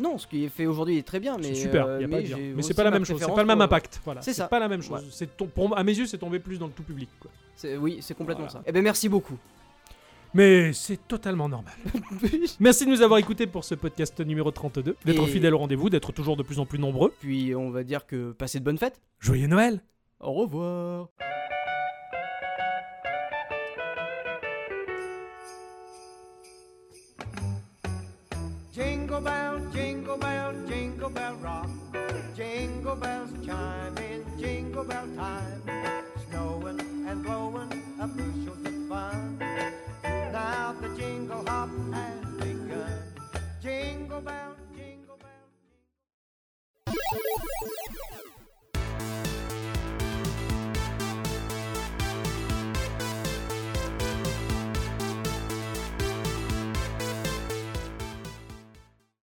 E: Non, ce qui est fait aujourd'hui est très bien, mais.
D: C'est super,
E: euh,
D: y a pas à
E: mais
D: dire.
E: j'ai
D: Mais c'est
E: aussi
D: pas la
E: ma
D: même chose, c'est
E: préférence
D: pas le même
E: pour- euh,
D: impact. Voilà,
E: C'est
D: c'est
E: ça.
D: pas la même
E: Ouais.
D: chose. C'est tom- pour à mes yeux, c'est tombé plus dans le tout public. quoi.
E: c'est- Oui, c'est complètement
D: Voilà.
E: ça. Eh ben merci [LAUGHS] beaucoup.
D: Mais c'est totalement normal. Merci de nous avoir écoutés pour ce podcast numéro 32, d'être
E: Et-
D: fidèles au rendez-vous, d'être toujours de plus en plus nombreux.
E: Puis on va dire que passez de bonnes fêtes.
D: Joyeux Noël
E: Au revoir.
J: Jingle bell, jingle bell, jingle bell rock. Jingle bells chime in jingle bell time. Snowing and blowing a bushel